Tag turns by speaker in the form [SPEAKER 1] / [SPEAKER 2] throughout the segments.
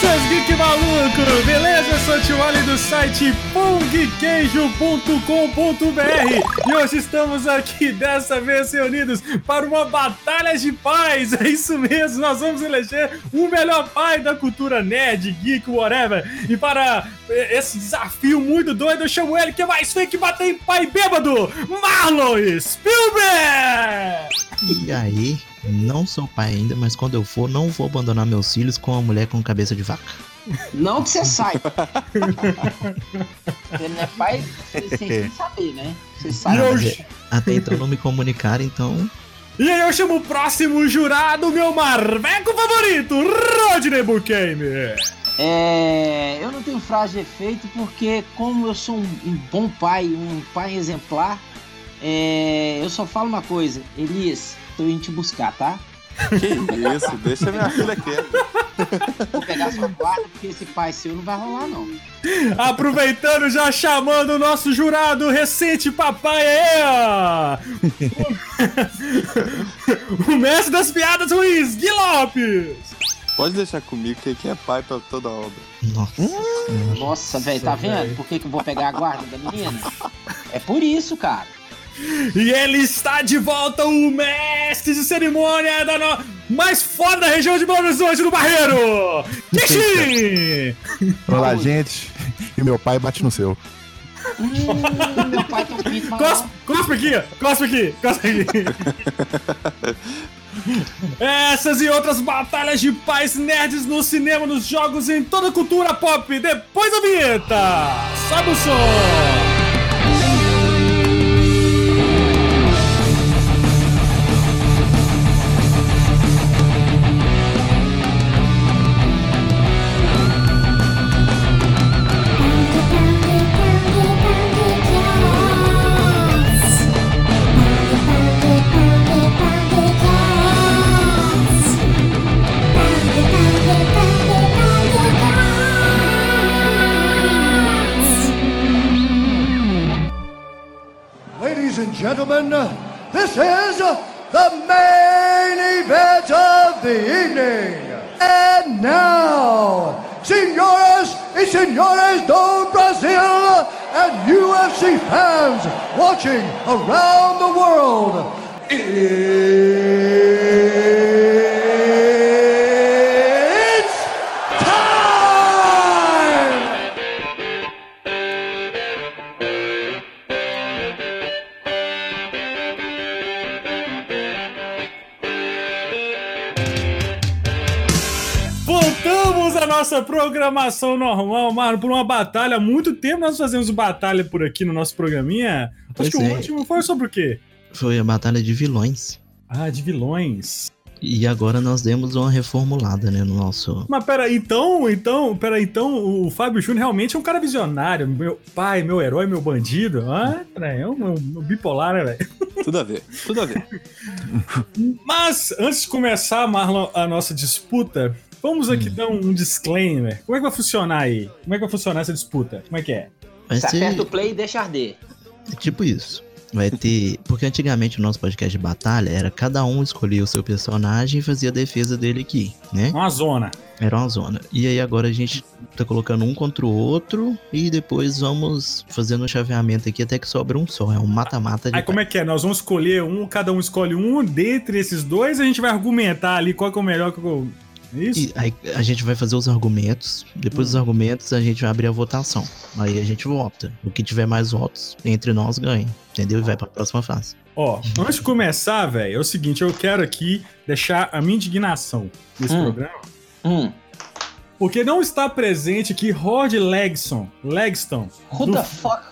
[SPEAKER 1] seus geek maluco! Beleza? Eu sou o Tiwali do site pongqueijo.com.br e hoje estamos aqui, dessa vez reunidos para uma batalha de pais. É isso mesmo, nós vamos eleger o melhor pai da cultura nerd, geek, whatever. E para eh, esse desafio muito doido, eu chamo ele que é mais feio que bater em pai bêbado, Marlon Spielberg!
[SPEAKER 2] E aí, não sou pai ainda, mas quando eu for, não vou abandonar meus filhos com uma mulher com cabeça de vaca.
[SPEAKER 3] Não que você saiba. Ele não é pai sem, sem saber, né? Você sabe.
[SPEAKER 2] Não,
[SPEAKER 3] mas
[SPEAKER 2] mas é- até então não me comunicaram, então.
[SPEAKER 1] E aí eu chamo o próximo jurado, meu marveco favorito, Rodney Bookame.
[SPEAKER 3] É, eu não tenho frase de efeito porque, como eu sou um, um bom pai, um pai exemplar, é, eu só falo uma coisa. Elias, tô indo te buscar, tá?
[SPEAKER 4] Que isso, deixa minha filha quieta.
[SPEAKER 3] Vou pegar sua guarda porque esse pai seu não vai rolar, não.
[SPEAKER 1] Aproveitando, já chamando o nosso jurado recente papai aí, ó. O mestre das piadas ruins, Gui Lopes.
[SPEAKER 4] Pode deixar comigo, que aqui é pai pra toda obra.
[SPEAKER 2] Nossa. senhora.
[SPEAKER 3] Nossa, velho, tá
[SPEAKER 1] velho.
[SPEAKER 3] vendo? Por que, que eu vou pegar a guarda da menina? É por isso, cara.
[SPEAKER 1] E ele está de volta, o mestre de cerimônia da no... mais foda da região de Belo Horizonte, no Barreiro, Kishin.
[SPEAKER 5] Olá,
[SPEAKER 3] Saúde.
[SPEAKER 5] gente. E meu pai bate no seu.
[SPEAKER 3] Hum, meu pai tem um pinto maior.
[SPEAKER 1] Cospe, cospe aqui, ó. cospe aqui, cospe aqui. Essas e outras batalhas de pais nerds no cinema, nos jogos e em toda a cultura pop. Depois da vinheta. Sabe o som.
[SPEAKER 6] Ladies and gentlemen, this is the main event of the evening. And now, senores y senores do Brazil Então, and UFC fans watching around the world, it's time!
[SPEAKER 1] Voltamos à nossa programação normal, mano. Por uma batalha, há muito tempo nós fazemos batalha por aqui no nosso programinha. Acho
[SPEAKER 2] Pois
[SPEAKER 1] que o
[SPEAKER 2] é.
[SPEAKER 1] último foi sobre o quê?
[SPEAKER 2] Foi a batalha de vilões.
[SPEAKER 1] Ah, de vilões.
[SPEAKER 2] E agora nós demos uma reformulada, né, no nosso.
[SPEAKER 1] Mas pera, então, então, pera, então, o Fábio Júnior realmente é um cara visionário. Meu pai, meu herói, meu bandido. Ah, peraí, é um, um bipolar, né, velho?
[SPEAKER 4] Tudo a ver, tudo a ver.
[SPEAKER 1] Mas, antes de começar, Marlon, a nossa disputa, vamos aqui dar um disclaimer. Como é que vai funcionar aí? Como é que vai funcionar essa disputa? Como é que é?
[SPEAKER 2] Vai
[SPEAKER 3] Você aperta o
[SPEAKER 2] ser
[SPEAKER 3] play e deixa arder.
[SPEAKER 2] tipo isso. Vai ter. Porque antigamente o nosso podcast de batalha era cada um escolhia o seu personagem e fazia a defesa dele aqui, né?
[SPEAKER 1] É Uma zona.
[SPEAKER 2] Era uma zona. E aí agora a gente tá colocando um contra o outro e depois vamos fazendo um chaveamento aqui até que sobra um só. É um mata-mata de.
[SPEAKER 1] Aí como é que é? Nós vamos escolher um, cada um escolhe um dentre esses dois e a gente vai argumentar ali qual que é o melhor que eu... É isso?
[SPEAKER 2] E aí a gente vai fazer os argumentos. Depois dos
[SPEAKER 5] Hum.
[SPEAKER 2] argumentos, a gente vai abrir a votação. Aí a gente vota. O que tiver mais votos entre nós ganha. Entendeu? E vai pra próxima fase.
[SPEAKER 1] Ó, antes de começar, velho, é o seguinte, eu quero aqui deixar a minha indignação nesse
[SPEAKER 3] Hum.
[SPEAKER 1] programa,
[SPEAKER 3] Hum.
[SPEAKER 1] porque não está presente aqui Rod Legson, Legston,
[SPEAKER 3] Who the fuck?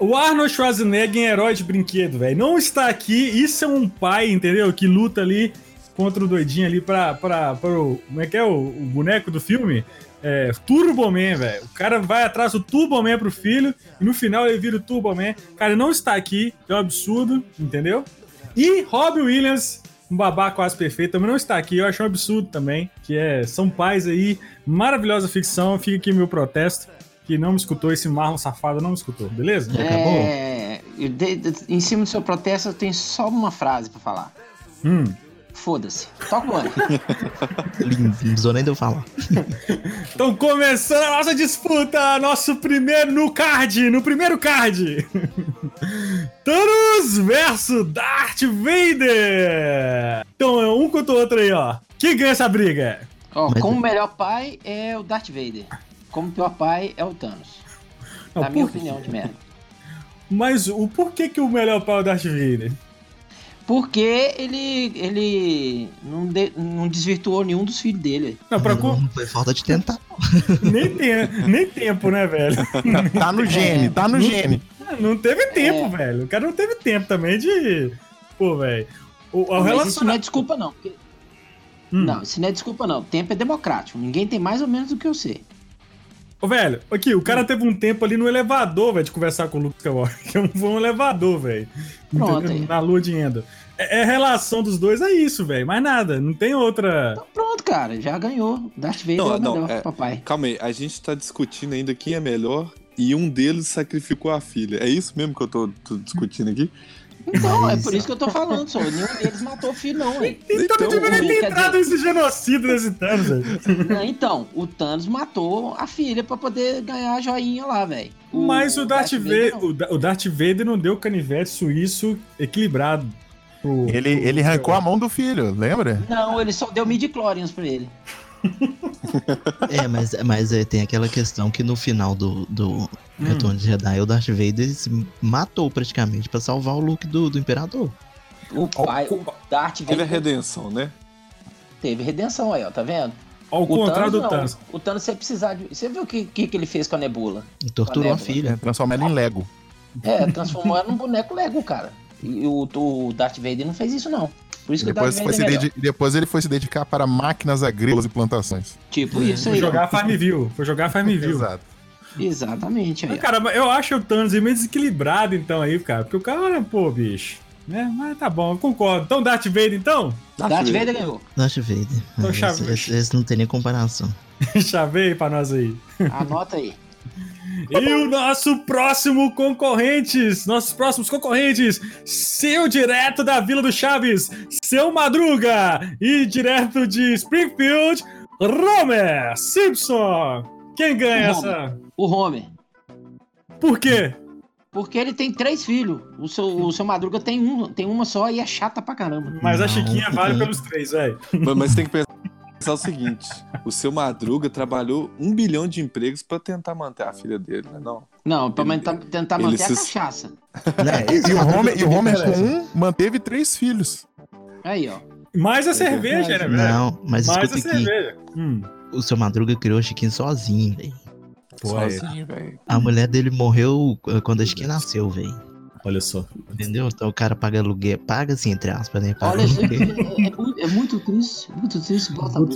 [SPEAKER 1] o Arnold Schwarzenegger em Herói de Brinquedo, velho, não está aqui, isso é um pai, entendeu, que luta ali contra o doidinho ali pra, pra, pra o, como é que é o, o boneco do filme? É, Turbo Man, velho, o cara vai atrás do Turbo Man pro filho, e no final ele vira o Turbo Man, cara, ele não está aqui, é um absurdo, entendeu? E Robbie Williams, um babá quase perfeito, também não está aqui. Eu acho um absurdo também, que é São Pais aí, maravilhosa ficção. Fica aqui meu protesto, que não me escutou, esse marrom safado não me escutou, beleza?
[SPEAKER 3] É, eu de- de- em cima do seu protesto, eu tenho só uma frase pra falar.
[SPEAKER 1] Hum,
[SPEAKER 3] Foda-se. Toca o ano.
[SPEAKER 2] Lindo, não precisou nem de eu falar.
[SPEAKER 1] Então começando a nossa disputa, nosso primeiro no card, no primeiro card. Thanos versus Darth Vader. Então é um contra o outro aí, ó. Quem ganha essa briga?
[SPEAKER 3] Ó,
[SPEAKER 2] Mas-
[SPEAKER 3] como melhor pai é o Darth Vader. Como pior pai é o Thanos.
[SPEAKER 1] Não,
[SPEAKER 3] na minha
[SPEAKER 1] por-
[SPEAKER 3] opinião de merda.
[SPEAKER 1] Mas o porquê que o melhor pau é o Darth Vader?
[SPEAKER 3] Porque ele, ele não, de- não desvirtuou nenhum dos filhos dele.
[SPEAKER 1] Não, pra co-
[SPEAKER 2] Não foi falta de tentar.
[SPEAKER 1] nem, tem- nem tempo, né, velho?
[SPEAKER 5] Tá no gene, tá no gene.
[SPEAKER 1] Não teve tempo,
[SPEAKER 3] É.
[SPEAKER 1] velho. O cara não teve tempo também de. Pô, velho. O, o
[SPEAKER 3] Mas
[SPEAKER 1] relaciona-
[SPEAKER 3] isso não é desculpa, não. porque-
[SPEAKER 1] Hum.
[SPEAKER 3] Não, isso não é desculpa, não. Tempo é democrático. Ninguém tem mais ou menos do que eu sei.
[SPEAKER 1] Ô, velho, aqui, o cara teve um tempo ali no elevador, velho, de conversar com o Luke Skywalker. Foi um elevador, velho.
[SPEAKER 3] Pronto,
[SPEAKER 1] Entendeu?
[SPEAKER 3] aí.
[SPEAKER 1] Na lua de Endor. É, é relação dos dois, é isso, velho. Mais nada. Não tem outra.
[SPEAKER 3] Então pronto, cara. Já ganhou. Darth Vader
[SPEAKER 4] Não,
[SPEAKER 3] é o
[SPEAKER 4] não,
[SPEAKER 3] melhor
[SPEAKER 4] é-
[SPEAKER 3] papai.
[SPEAKER 4] Calma aí, a gente tá discutindo ainda quem é melhor e um deles sacrificou a filha. É isso mesmo que eu tô, tô discutindo aqui?
[SPEAKER 3] Então, é
[SPEAKER 2] Mas-
[SPEAKER 3] por isso que eu tô falando, só. Nenhum deles matou o filho, não, hein?
[SPEAKER 1] Então, não
[SPEAKER 4] Então,
[SPEAKER 1] devia nem ter
[SPEAKER 3] quer
[SPEAKER 1] entrado nesse genocídio desse Thanos, velho.
[SPEAKER 3] Não, então, o Thanos matou a filha pra poder ganhar a joinha lá, velho.
[SPEAKER 1] Mas o Darth, Vader,
[SPEAKER 3] não.
[SPEAKER 1] o Da- o Darth Vader não deu canivete suíço equilibrado. Pro,
[SPEAKER 5] Ele, ele arrancou a mão do filho, lembra?
[SPEAKER 3] Não, ele só deu midi-chlorians pra ele.
[SPEAKER 2] É, mas, mas é, tem aquela questão que no final do, do
[SPEAKER 5] Hum.
[SPEAKER 2] Retorno de Jedi, o Darth Vader se matou praticamente pra salvar o Luke do, do Imperador.
[SPEAKER 3] O pai, o Darth
[SPEAKER 4] Teve a
[SPEAKER 3] Vader
[SPEAKER 4] redenção, né?
[SPEAKER 3] teve redenção aí, ó, tá vendo?
[SPEAKER 1] Ao contrário do
[SPEAKER 3] não.
[SPEAKER 1] Thanos.
[SPEAKER 3] O Thanos, você precisar de... Você viu o que, que, que ele fez com a Nebula?
[SPEAKER 2] E torturou a
[SPEAKER 3] Malévola.
[SPEAKER 2] filha.
[SPEAKER 5] Transforma ele em Lego.
[SPEAKER 3] É, transformou ela num boneco Lego, cara. E o, o Darth Vader não fez isso, não. Por isso que
[SPEAKER 5] Depois,
[SPEAKER 3] o
[SPEAKER 5] foi
[SPEAKER 3] Darth
[SPEAKER 5] se
[SPEAKER 3] Vader é melhor.
[SPEAKER 5] dedi- depois ele foi se dedicar para máquinas agrícolas e plantações.
[SPEAKER 3] Tipo isso
[SPEAKER 1] Foi
[SPEAKER 3] aí. ó.
[SPEAKER 1] jogar Farmville. Foi jogar Farmville.
[SPEAKER 5] Exato.
[SPEAKER 3] Exatamente, aí, ó.
[SPEAKER 1] Cara, mas eu acho o Thanos aí meio desequilibrado, então, aí, cara. Porque o cara, pô, bicho. Né? Mas tá bom, eu concordo. Então, Darth Vader, então?
[SPEAKER 3] Darth Vader ganhou.
[SPEAKER 2] Darth Vader.
[SPEAKER 1] Então,
[SPEAKER 2] É,
[SPEAKER 1] chave-
[SPEAKER 2] esse, esse- esse não tem nem comparação.
[SPEAKER 1] Chavei pra nós aí.
[SPEAKER 3] Anota aí.
[SPEAKER 1] E o nosso próximo concorrentes, nossos próximos concorrentes, seu direto da Vila do Chaves, seu Madruga e direto de Springfield, Romer Simpson. Quem ganha
[SPEAKER 3] Homer.
[SPEAKER 1] essa?
[SPEAKER 3] O Homer.
[SPEAKER 1] Por quê?
[SPEAKER 3] Porque ele tem três filhos. O seu, o seu Madruga tem, um, tem uma só e é chata pra caramba.
[SPEAKER 1] Mas a
[SPEAKER 2] Não,
[SPEAKER 1] Chiquinha
[SPEAKER 2] não
[SPEAKER 1] vale
[SPEAKER 2] tem.
[SPEAKER 1] pelos três, velho.
[SPEAKER 4] é. Mas, mas tem que pensar o seguinte: o seu Madruga trabalhou um bilhão de empregos pra tentar manter a filha dele, né? Não.
[SPEAKER 3] Não, pra
[SPEAKER 4] Ele-
[SPEAKER 3] tentar, tentar
[SPEAKER 4] ele
[SPEAKER 3] manter a
[SPEAKER 4] se-
[SPEAKER 3] cachaça.
[SPEAKER 2] Né?
[SPEAKER 5] É, e, e o Homer, e o Homer com um manteve três filhos.
[SPEAKER 3] Aí, ó.
[SPEAKER 1] Mais a cerveja, né, velho?
[SPEAKER 2] É Não, mas
[SPEAKER 1] Mais a
[SPEAKER 5] assim,
[SPEAKER 2] escuta aqui.
[SPEAKER 1] cerveja. Hum.
[SPEAKER 2] O seu Madruga criou o Chiquinho sozinho, velho.
[SPEAKER 1] Pô,
[SPEAKER 2] é.
[SPEAKER 1] aí,
[SPEAKER 4] Sozinho, assim, velho.
[SPEAKER 2] A mulher dele morreu eh, quando a Chiquinha nasceu, velho.
[SPEAKER 1] olha só.
[SPEAKER 2] Entendeu? Então o cara paga aluguel. Paga assim, entre aspas, né? Paga
[SPEAKER 3] Olha, gente,
[SPEAKER 2] aluguel.
[SPEAKER 3] é, é muito- é muito triste. Muito triste. Bota muito,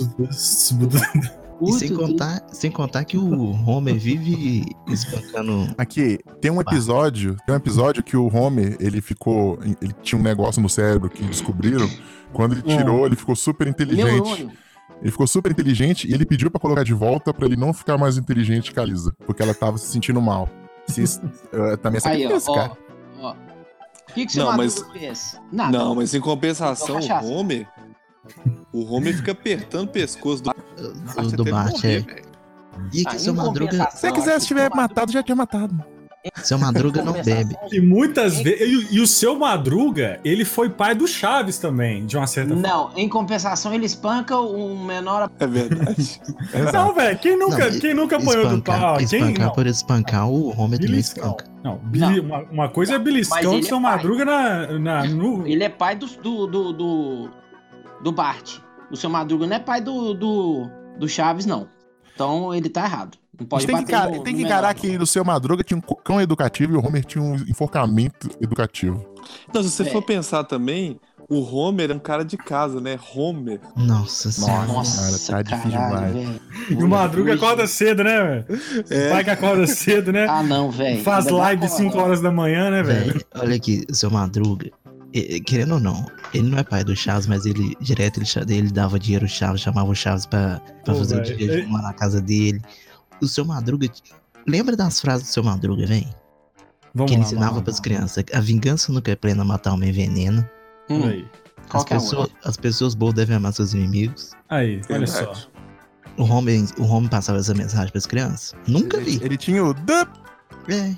[SPEAKER 2] E sem
[SPEAKER 3] triste.
[SPEAKER 2] contar, sem contar que o Homer vive espancando.
[SPEAKER 5] Aqui, tem um episódio, tem um episódio que o Homer, ele ficou, ele tinha um negócio no cérebro que descobriram. Quando ele tirou, ele é um ficou super inteligente.
[SPEAKER 3] Neurônio.
[SPEAKER 5] Ele ficou super inteligente e ele pediu pra colocar de volta pra ele não ficar mais inteligente que a Lisa, porque ela tava se sentindo mal. Se, eh, também é
[SPEAKER 3] Aí, ó.
[SPEAKER 5] sacrifício, cara.
[SPEAKER 3] ó, ó. O que, que o seu
[SPEAKER 4] Não,
[SPEAKER 3] Madruga fez? Nada.
[SPEAKER 4] Não, mas em compensação,
[SPEAKER 3] Ah, Então, cachaça.
[SPEAKER 4] o Homer. O Homer fica apertando o pescoço do
[SPEAKER 1] Ah,
[SPEAKER 2] Do, do
[SPEAKER 4] até ele
[SPEAKER 2] Bart,
[SPEAKER 4] morrer,
[SPEAKER 2] é.
[SPEAKER 4] velho.
[SPEAKER 2] E
[SPEAKER 3] Ah,
[SPEAKER 2] que
[SPEAKER 3] em
[SPEAKER 2] seu Madruga,
[SPEAKER 3] compensação,
[SPEAKER 5] Se você quisesse,
[SPEAKER 3] aqui,
[SPEAKER 5] tiver
[SPEAKER 3] seu Madruga-
[SPEAKER 5] matado, já tinha matado.
[SPEAKER 2] seu Madruga não
[SPEAKER 3] compensação,
[SPEAKER 2] bebe.
[SPEAKER 1] E muitas
[SPEAKER 3] É
[SPEAKER 1] vezes. E, o seu Madruga, ele foi pai do Chaves também, de uma certa forma.
[SPEAKER 3] Não, em compensação, ele espanca um menor.
[SPEAKER 4] É verdade.
[SPEAKER 1] Não, velho, quem nunca,
[SPEAKER 2] Não,
[SPEAKER 1] quem nunca apanhou do pau? Ah, Quem
[SPEAKER 2] espancar
[SPEAKER 1] não?
[SPEAKER 2] por espancar, o Homer também
[SPEAKER 1] Beliscão.
[SPEAKER 2] espanca.
[SPEAKER 1] Não, bili- Uma, uma coisa é
[SPEAKER 3] Mas
[SPEAKER 1] beliscão
[SPEAKER 3] ele
[SPEAKER 1] de São
[SPEAKER 3] é pai.
[SPEAKER 1] Madruga na, na, no.
[SPEAKER 3] Ele é pai do. do. do. do, do Bart. O seu Madruga não é pai do. do, do Chaves, não. Então ele tá errado. Não
[SPEAKER 5] A
[SPEAKER 3] pode
[SPEAKER 5] gente tem que,
[SPEAKER 3] bater
[SPEAKER 5] encarar-
[SPEAKER 3] no-
[SPEAKER 5] tem
[SPEAKER 3] no
[SPEAKER 5] que
[SPEAKER 3] menor,
[SPEAKER 5] encarar
[SPEAKER 3] né, não.
[SPEAKER 5] que no seu Madruga tinha um cocão educativo e o Homer tinha um enforcamento educativo.
[SPEAKER 4] Não, se você
[SPEAKER 3] É.
[SPEAKER 4] for pensar também, o Homer é um cara de casa, né? Homer.
[SPEAKER 2] Nossa senhora.
[SPEAKER 3] Nossa,
[SPEAKER 5] Cara, tá difícil
[SPEAKER 3] caralho,
[SPEAKER 5] demais.
[SPEAKER 3] velho.
[SPEAKER 1] E o Madruga acorda cedo, né, velho?
[SPEAKER 2] É.
[SPEAKER 1] Pai que acorda cedo, né?
[SPEAKER 3] Ah, não, velho.
[SPEAKER 1] Faz
[SPEAKER 3] Ainda dá
[SPEAKER 1] live
[SPEAKER 3] cola.
[SPEAKER 1] 5 horas da manhã, né, velho?
[SPEAKER 2] Véi, olha aqui, seu Madruga. eh, eh, Querendo ou não, ele não é pai do Chaves, mas ele direto ele, cha- ele dava dinheiro ao Chaves, chamava o Chaves pra, pra
[SPEAKER 1] Pô,
[SPEAKER 2] fazer o
[SPEAKER 1] véi,
[SPEAKER 2] dinheiro
[SPEAKER 1] ele-
[SPEAKER 2] de arrumar na casa dele. O seu Madruga. Lembra das frases do seu Madruga, vem?
[SPEAKER 1] Vamos
[SPEAKER 2] Que ele
[SPEAKER 1] lá,
[SPEAKER 2] ensinava
[SPEAKER 1] vamos
[SPEAKER 2] pras
[SPEAKER 1] lá.
[SPEAKER 2] crianças: a vingança nunca é plena, matar uma envenena.
[SPEAKER 3] Hum,
[SPEAKER 1] Peraí.
[SPEAKER 2] é As
[SPEAKER 3] Qualquer
[SPEAKER 2] pessoas,
[SPEAKER 3] um.
[SPEAKER 2] as pessoas boas devem amar seus inimigos.
[SPEAKER 1] Aí, olha só.
[SPEAKER 4] Verdade.
[SPEAKER 2] O homem, o homem passava essa mensagem pras crianças? Nunca vi.
[SPEAKER 5] Ele, ele tinha o dup,
[SPEAKER 2] É,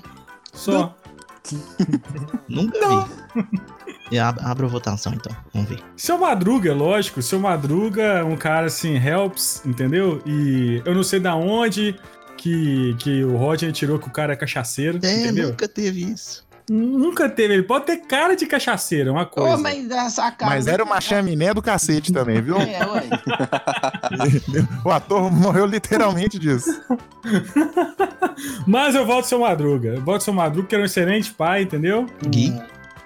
[SPEAKER 1] Só.
[SPEAKER 2] nunca vi. E ab- abra a votação então, vamos ver.
[SPEAKER 1] Seu Madruga, é lógico, seu Madruga é um cara assim, helps, entendeu? E eu não sei da onde que, que o Roger tirou que o cara é cachaceiro,
[SPEAKER 2] É,
[SPEAKER 1] entendeu?
[SPEAKER 3] né?
[SPEAKER 2] nunca teve isso.
[SPEAKER 1] Nunca teve, ele pode ter cara de cachaceiro, é uma coisa.
[SPEAKER 3] Ô, mas essa cara.
[SPEAKER 5] mas era uma chaminé do cacete também, viu?
[SPEAKER 3] É, ué.
[SPEAKER 5] O ator morreu literalmente disso.
[SPEAKER 1] Mas eu voto seu Madruga. Eu voto seu Madruga, que era um excelente pai, entendeu? Um
[SPEAKER 2] Gui?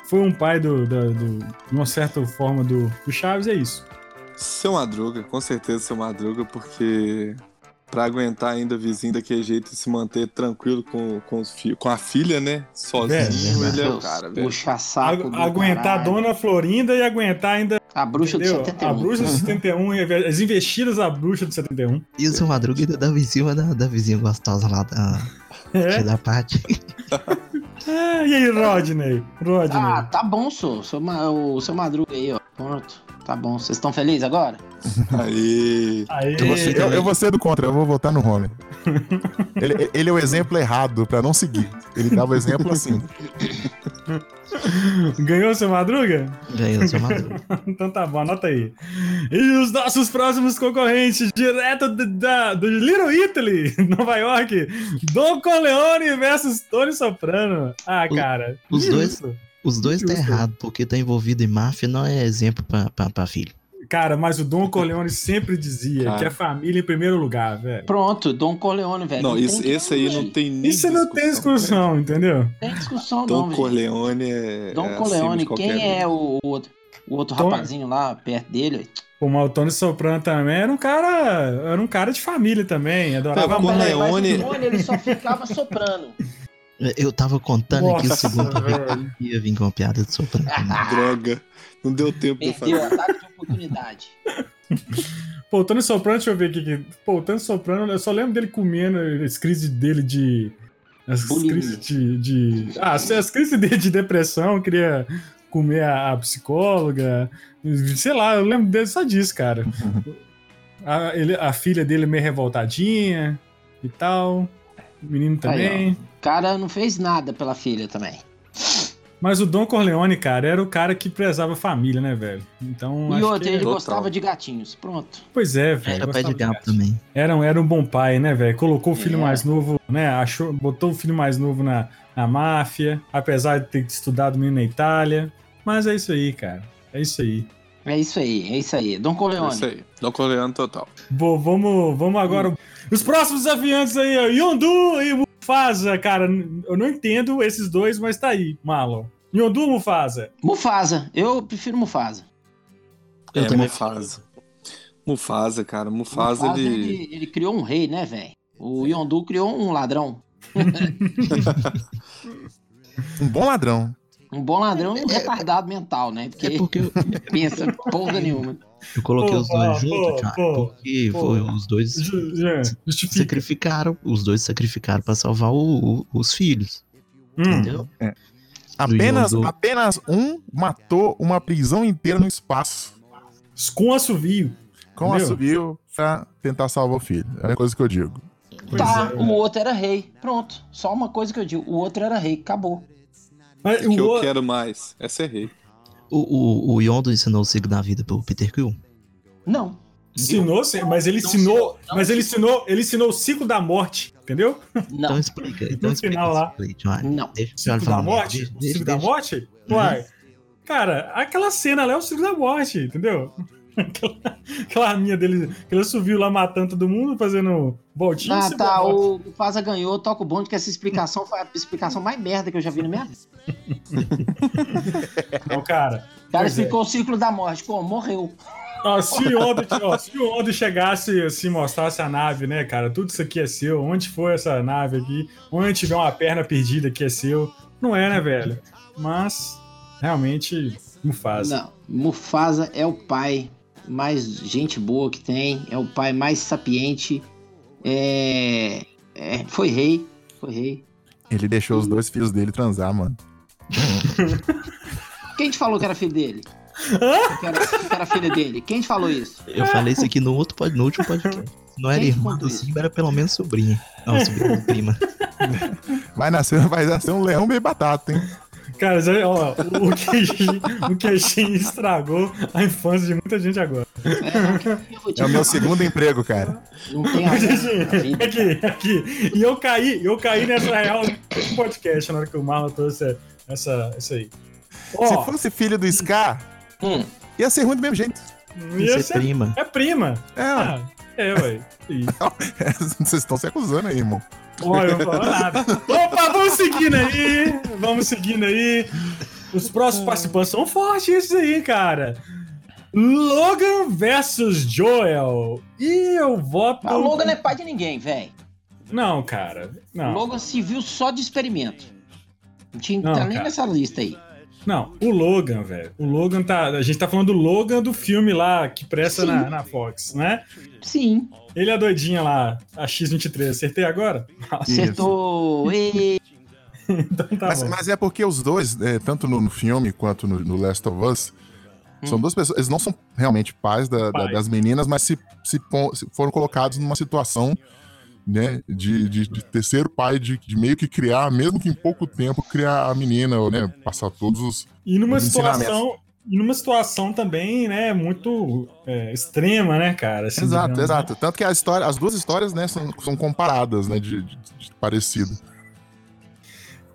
[SPEAKER 1] Foi um pai do, da- do- de uma certa forma do, do Chaves, é isso.
[SPEAKER 4] Seu Madruga, é com certeza seu Madruga, porque pra aguentar ainda vizinho daquele jeito e se manter tranquilo com, com, os fi- com a filha, né? Sozinho,
[SPEAKER 2] Velho,
[SPEAKER 4] ele é o
[SPEAKER 3] Deus,
[SPEAKER 4] cara, velho.
[SPEAKER 3] Puxa saco.
[SPEAKER 1] Agu-
[SPEAKER 3] do
[SPEAKER 1] aguentar a
[SPEAKER 3] caralho.
[SPEAKER 1] Dona Florinda e aguentar ainda
[SPEAKER 3] A bruxa
[SPEAKER 1] entendeu?
[SPEAKER 3] de 71.
[SPEAKER 1] a bruxa do 71, e as investidas da bruxa do 71.
[SPEAKER 2] E o seu Madruga ainda dava em cima da, da vizinha gostosa lá da,
[SPEAKER 1] É.
[SPEAKER 2] da parte.
[SPEAKER 1] Ah, e aí, Rodney? Rodney.
[SPEAKER 3] Ah, tá bom, sou. Sou ma- o seu Madruga aí, ó. Pronto. Tá bom. Vocês estão felizes agora?
[SPEAKER 4] Aí.
[SPEAKER 1] Aí,
[SPEAKER 2] eu gostei
[SPEAKER 5] Eu, eu vou ser do contra, eu vou votar no Rony. Ele, ele é o exemplo errado pra não seguir. Ele dava o exemplo assim.
[SPEAKER 1] ganhou seu Madruga?
[SPEAKER 2] Ganhou É, o seu Madruga.
[SPEAKER 1] Então tá bom, anota aí. E os nossos próximos concorrentes, direto de- da, do Little Italy, Nova York, Don Corleone versus Tony Soprano. Ah,
[SPEAKER 2] O-
[SPEAKER 1] cara.
[SPEAKER 2] os
[SPEAKER 1] que
[SPEAKER 2] dois-
[SPEAKER 1] isso?
[SPEAKER 2] Os dois tá
[SPEAKER 1] Justo.
[SPEAKER 2] errado, porque tá envolvido em máfia não é exemplo pra, pra, pra filho.
[SPEAKER 1] Cara, mas o Don Corleone sempre dizia
[SPEAKER 4] Cara.
[SPEAKER 1] que a família em primeiro lugar, velho.
[SPEAKER 3] Pronto, Dom Corleone, velho.
[SPEAKER 4] Não,
[SPEAKER 3] É, tem
[SPEAKER 4] isso-
[SPEAKER 3] quem
[SPEAKER 4] esse aí não
[SPEAKER 3] ganhe.
[SPEAKER 4] tem nem.
[SPEAKER 1] Isso não tem
[SPEAKER 4] velho.
[SPEAKER 1] discussão, entendeu?
[SPEAKER 3] Tem discussão, não,
[SPEAKER 4] Dom
[SPEAKER 3] velho.
[SPEAKER 4] Corleone é.
[SPEAKER 3] Dom
[SPEAKER 4] é acima de
[SPEAKER 3] Corleone,
[SPEAKER 4] qualquer
[SPEAKER 3] quem
[SPEAKER 4] um.
[SPEAKER 3] é o outro, o outro
[SPEAKER 1] Dom-
[SPEAKER 3] rapazinho lá perto dele?
[SPEAKER 1] Pô, mas o Tony Soprano também era um cara. Era um cara de família também. Adorava
[SPEAKER 4] Pô, Corleone-
[SPEAKER 3] Mas o Corleone, ele só ficava soprando.
[SPEAKER 2] Eu tava contando tá aqui o
[SPEAKER 1] Nossa,
[SPEAKER 2] segundo pra ver
[SPEAKER 1] velho.
[SPEAKER 2] que ia vir com uma piada de soprano.
[SPEAKER 1] Ah,
[SPEAKER 4] Droga. Não deu tempo de eu
[SPEAKER 3] Perdeu o
[SPEAKER 4] fazer.
[SPEAKER 3] ataque de oportunidade.
[SPEAKER 1] Pô, o Tony Soprano, deixa eu ver aqui. que- Pô, o Tony Soprano, eu só lembro dele comendo as crises dele de. As
[SPEAKER 3] Bulimia.
[SPEAKER 1] crises de, de- Ah, as, as crises dele de depressão, queria comer a, a psicóloga. Sei lá, eu lembro dele só disso, cara. A, ele- a filha dele meio revoltadinha e tal. O menino também.
[SPEAKER 3] O cara não fez nada pela filha também.
[SPEAKER 1] Mas o Don Corleone, cara, era o cara que prezava a família, né, velho? Então.
[SPEAKER 3] e
[SPEAKER 1] acho
[SPEAKER 3] outra,
[SPEAKER 1] que-
[SPEAKER 3] ele
[SPEAKER 4] Total.
[SPEAKER 3] gostava de gatinhos. Pronto.
[SPEAKER 1] Pois é, velho.
[SPEAKER 2] Era pé
[SPEAKER 1] gostava
[SPEAKER 2] de
[SPEAKER 1] de
[SPEAKER 2] gato
[SPEAKER 1] gato.
[SPEAKER 2] também.
[SPEAKER 1] Era um, era um bom pai, né, velho? Colocou o filho
[SPEAKER 3] É.
[SPEAKER 1] mais novo, né? Achou, botou o filho mais novo na, na máfia, apesar de ter estudado o menino na Itália. Mas é isso aí, cara. É isso aí.
[SPEAKER 3] É isso aí, é isso aí. Dom
[SPEAKER 4] É isso
[SPEAKER 3] Corleone.
[SPEAKER 4] aí. Dom Corleone total.
[SPEAKER 1] Bom, vamos, vamos agora. Os próximos desafiantes aí, ó. Yondu e Mufasa, cara. n- Eu não entendo esses dois, mas tá aí, Marlon. Yondu ou Mufasa?
[SPEAKER 3] Mufasa. Eu prefiro Mufasa.
[SPEAKER 2] Eu
[SPEAKER 4] é,
[SPEAKER 2] também.
[SPEAKER 4] Mufasa. Mufasa, cara. Mufasa,
[SPEAKER 3] Mufasa,
[SPEAKER 4] ele...
[SPEAKER 3] ele... ele criou um rei, né, velho? O Yondu criou um ladrão.
[SPEAKER 5] Um bom ladrão.
[SPEAKER 3] Um bom ladrão e um retardado mental, né? Porque
[SPEAKER 2] É porque eu,
[SPEAKER 3] pensa porra nenhuma.
[SPEAKER 2] eu coloquei
[SPEAKER 1] Pô,
[SPEAKER 2] os dois
[SPEAKER 1] pô,
[SPEAKER 2] juntos,
[SPEAKER 1] pô,
[SPEAKER 2] cara,
[SPEAKER 1] pô,
[SPEAKER 2] porque
[SPEAKER 1] pô.
[SPEAKER 2] foi os dois
[SPEAKER 1] Ju- Jean, Justifica.
[SPEAKER 2] sacrificaram, os dois sacrificaram pra salvar o- o- os filhos,
[SPEAKER 1] Hum,
[SPEAKER 2] entendeu?
[SPEAKER 5] Apenas,
[SPEAKER 2] Jogo.
[SPEAKER 5] apenas um matou uma prisão inteira no espaço.
[SPEAKER 1] com assovio.
[SPEAKER 5] Com
[SPEAKER 1] Entendeu?
[SPEAKER 5] assobio pra tentar salvar o filho. É a coisa que eu digo.
[SPEAKER 1] Pois
[SPEAKER 3] tá,
[SPEAKER 1] é,
[SPEAKER 3] o outro era rei. Pronto. Só uma coisa que eu digo. O outro era rei. Acabou.
[SPEAKER 1] Mas
[SPEAKER 4] O é que
[SPEAKER 1] o
[SPEAKER 4] eu
[SPEAKER 1] outro-
[SPEAKER 4] quero mais é ser rei.
[SPEAKER 2] O, o, o Yondo ensinou o ciclo da vida pro Peter Quill.
[SPEAKER 3] Não.
[SPEAKER 1] Ensinou, sim, mas ele
[SPEAKER 3] Não
[SPEAKER 1] ensinou,
[SPEAKER 3] ensinou, não
[SPEAKER 1] mas ele ensinou, ele ensinou o ciclo da morte, entendeu?
[SPEAKER 3] Não.
[SPEAKER 2] Então explica, então
[SPEAKER 1] No
[SPEAKER 2] explica.
[SPEAKER 1] final lá.
[SPEAKER 2] explica, vai.
[SPEAKER 3] Não.
[SPEAKER 2] Deixa o
[SPEAKER 1] O ciclo
[SPEAKER 2] senhor
[SPEAKER 1] da
[SPEAKER 2] falar.
[SPEAKER 1] morte?
[SPEAKER 2] Deixa,
[SPEAKER 1] o
[SPEAKER 2] deixa,
[SPEAKER 1] ciclo da
[SPEAKER 2] deixa. Uhum.
[SPEAKER 1] morte? Uai. Cara, aquela cena lá é o ciclo da morte, entendeu? Aquela, aquela arminha dele, aquele subiu lá matando todo mundo, fazendo voltinha.
[SPEAKER 3] Ah,
[SPEAKER 1] ciclo da
[SPEAKER 3] tá.
[SPEAKER 1] morte.
[SPEAKER 3] O Mufasa ganhou, toca o bonde, que essa explicação foi a explicação mais merda que eu já vi na minha vida.
[SPEAKER 1] Não, cara.
[SPEAKER 3] O cara
[SPEAKER 1] Pois é.
[SPEAKER 3] explicou o ciclo da morte. Pô, morreu.
[SPEAKER 1] Ó, se o Yoda, ó, se o Yoda chegasse assim, mostrasse a nave, né, cara? Tudo isso aqui é seu. Onde foi essa nave aqui? Onde tiver uma perna perdida aqui é seu. Não é, né, velho? Mas, realmente, não faz.
[SPEAKER 3] Não. Mufasa é o pai mais gente boa que tem. É o pai mais sapiente. É. é, foi rei. Foi rei.
[SPEAKER 5] Ele deixou os dois filhos dele transar, mano.
[SPEAKER 3] Quem te falou que era filho dele? que era, que era a filha dele. Quem te falou isso?
[SPEAKER 2] Eu falei isso aqui no outro pod- no último podcast. Se Não era
[SPEAKER 3] Quem
[SPEAKER 2] irmã
[SPEAKER 3] conta
[SPEAKER 2] do
[SPEAKER 3] isso?
[SPEAKER 2] Simba, era pelo menos sobrinha.
[SPEAKER 1] É.
[SPEAKER 2] Não, sobrinha da prima.
[SPEAKER 5] Vai nascer, vai nascer um leão meio batata, hein?
[SPEAKER 1] Cara, já- ó, o queixinho, o queixinho estragou a infância de muita gente agora.
[SPEAKER 3] Eu vou te
[SPEAKER 5] É o meu
[SPEAKER 3] falar,
[SPEAKER 5] segundo emprego, cara.
[SPEAKER 3] Não tem a
[SPEAKER 1] assim,
[SPEAKER 3] ver com Ah, a vida.
[SPEAKER 1] Aqui, aqui. é E eu caí, eu caí nessa real no podcast na hora que o Marlon trouxe essa, essa aí.
[SPEAKER 5] Se
[SPEAKER 1] Ó,
[SPEAKER 5] fosse filho do Scar,
[SPEAKER 3] Hum,
[SPEAKER 5] ia ser ruim do mesmo jeito.
[SPEAKER 2] Ia
[SPEAKER 1] essa
[SPEAKER 2] ser prima.
[SPEAKER 1] é prima.
[SPEAKER 5] É, ó.
[SPEAKER 1] Ah, é, ué. Ih.
[SPEAKER 5] vocês estão se acusando aí, irmão.
[SPEAKER 1] Ó, eu não falo nada. Opa, vamos seguindo aí. Vamos seguindo aí. Os próximos participantes são fortes esses aí, cara. Logan versus Joel. E eu voto.
[SPEAKER 3] mas o Logan não é pai de ninguém, velho.
[SPEAKER 1] Não, cara. Não.
[SPEAKER 3] Logan se viu só de experimento. Não tinha
[SPEAKER 1] Não,
[SPEAKER 3] tá nem
[SPEAKER 1] cara.
[SPEAKER 3] nessa lista aí.
[SPEAKER 1] Não, o Logan, velho. O Logan tá. A gente tá falando do Logan do filme lá que presta
[SPEAKER 3] Sim.
[SPEAKER 1] na, na Fox, né?
[SPEAKER 3] Sim,
[SPEAKER 1] Ele é a doidinha lá, a X23. Acertei agora?
[SPEAKER 3] acertou. E...
[SPEAKER 1] Então tá
[SPEAKER 5] mas,
[SPEAKER 1] bom.
[SPEAKER 5] mas é porque os dois, é, tanto no, no filme quanto no, no Last of Us,
[SPEAKER 1] Hum.
[SPEAKER 5] são duas pessoas. Eles não são realmente pais, da- da-
[SPEAKER 1] Pais.
[SPEAKER 5] das meninas, mas se, se pon- se foram colocados numa situação né, de, de- de terceiro pai, de, de meio que criar, mesmo que em pouco tempo, criar a menina, ou, né, passar todos os.
[SPEAKER 1] E numa
[SPEAKER 5] Os ensinamentos.
[SPEAKER 1] situação. E numa situação também, né, muito é, extrema, né, cara? Assim,
[SPEAKER 5] Exato,
[SPEAKER 1] digamos.
[SPEAKER 5] exato. Tanto que a história, as duas histórias né, são, são comparadas, né, de, de, de parecido.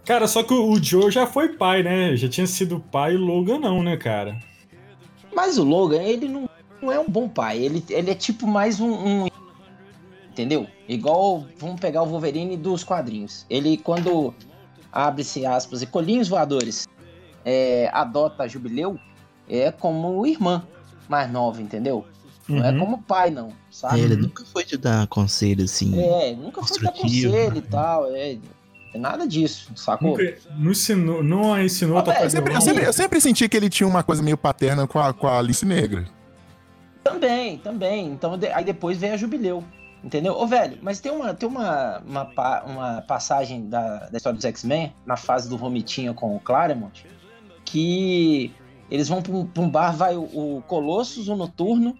[SPEAKER 1] Cara, só que o Joe já foi pai, né? Já tinha sido pai e Logan não, né, cara?
[SPEAKER 3] Mas o Logan, ele não, não é um bom pai. Ele, ele é tipo mais um, um- Entendeu? Igual vamos pegar o Wolverine dos quadrinhos. Ele, quando abre-se aspas e colinhos voadores, é, adota a Jubileu, é como irmã mais nova, entendeu? Não é
[SPEAKER 1] Uhum.
[SPEAKER 3] como pai, não,
[SPEAKER 1] Ah,
[SPEAKER 3] sabe?
[SPEAKER 2] Ele nunca foi de dar conselho assim.
[SPEAKER 3] É, nunca foi dar
[SPEAKER 2] Construtivo,
[SPEAKER 3] conselho
[SPEAKER 2] né?
[SPEAKER 3] e tal. É, é nada disso, sacou?
[SPEAKER 1] Nunca- não ensinou, não a ensinou
[SPEAKER 3] Ah,
[SPEAKER 1] a tocar
[SPEAKER 3] velho,
[SPEAKER 5] Eu sempre, eu,
[SPEAKER 1] violão.
[SPEAKER 5] sempre, eu sempre senti que ele tinha uma coisa meio paterna com a, com a Alice Negra.
[SPEAKER 3] Também, também. Então, de- aí depois veio a Jubileu. Entendeu? Ô, velho, mas tem uma, tem uma, uma, pa- uma passagem da, da história dos X-Men, na fase do Romitinha com o Claremont, que eles vão pra um, pra um bar, vai o, o Colossus, o Noturno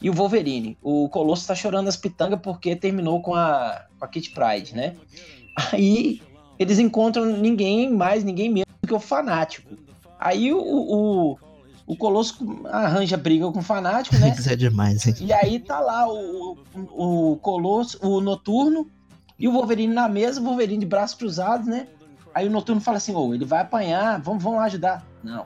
[SPEAKER 3] e o Wolverine. O Colossus tá chorando as pitangas porque terminou com a, com a Kit Pride, né? Aí eles encontram ninguém mais, ninguém menos do que o Fanático. Aí o, o, o Colosso arranja briga com o Fanático, né?
[SPEAKER 2] Isso é demais, hein?
[SPEAKER 3] E aí tá lá o, o, o Colosso, o Noturno e o Wolverine na mesa, o Wolverine de braços cruzados, né? Aí o Noturno fala assim, ô, ele vai apanhar, vamos, vamos lá ajudar. Não,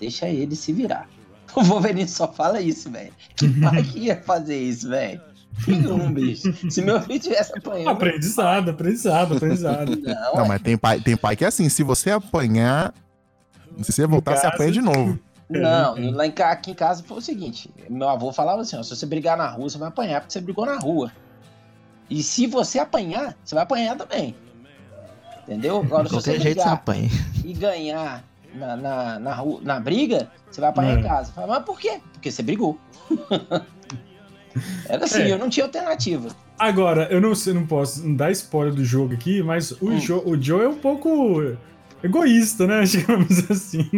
[SPEAKER 3] deixa ele se virar. O Wolverine só fala isso, velho. Que pai que ia fazer isso, velho? Nenhum, bicho. Se meu filho tivesse apanhando...
[SPEAKER 1] Aprendizado, aprendizado, aprendizado.
[SPEAKER 3] Não,
[SPEAKER 5] Não, mas tem pai, tem pai que é assim, se você apanhar, se você voltar, você
[SPEAKER 1] caso.
[SPEAKER 5] apanha de novo.
[SPEAKER 3] Não, lá em ca- aqui em casa foi o seguinte: meu avô falava assim: ó, se você brigar na rua, você vai apanhar porque você brigou na rua. E se você apanhar, você vai apanhar também. Entendeu? Agora,
[SPEAKER 2] De
[SPEAKER 3] se você
[SPEAKER 2] qualquer jeito você
[SPEAKER 3] brigar
[SPEAKER 2] apanha.
[SPEAKER 3] e ganhar na, na, na, rua, na briga, você vai apanhar em
[SPEAKER 1] É.
[SPEAKER 3] casa. Fala, mas por quê? Porque você brigou. Era assim,
[SPEAKER 1] É.
[SPEAKER 3] eu não tinha alternativa.
[SPEAKER 1] Agora, eu não sei, não posso dar spoiler do jogo aqui, mas o,
[SPEAKER 3] Hum.
[SPEAKER 1] Jo- o Joe é um pouco egoísta, né? Digamos assim.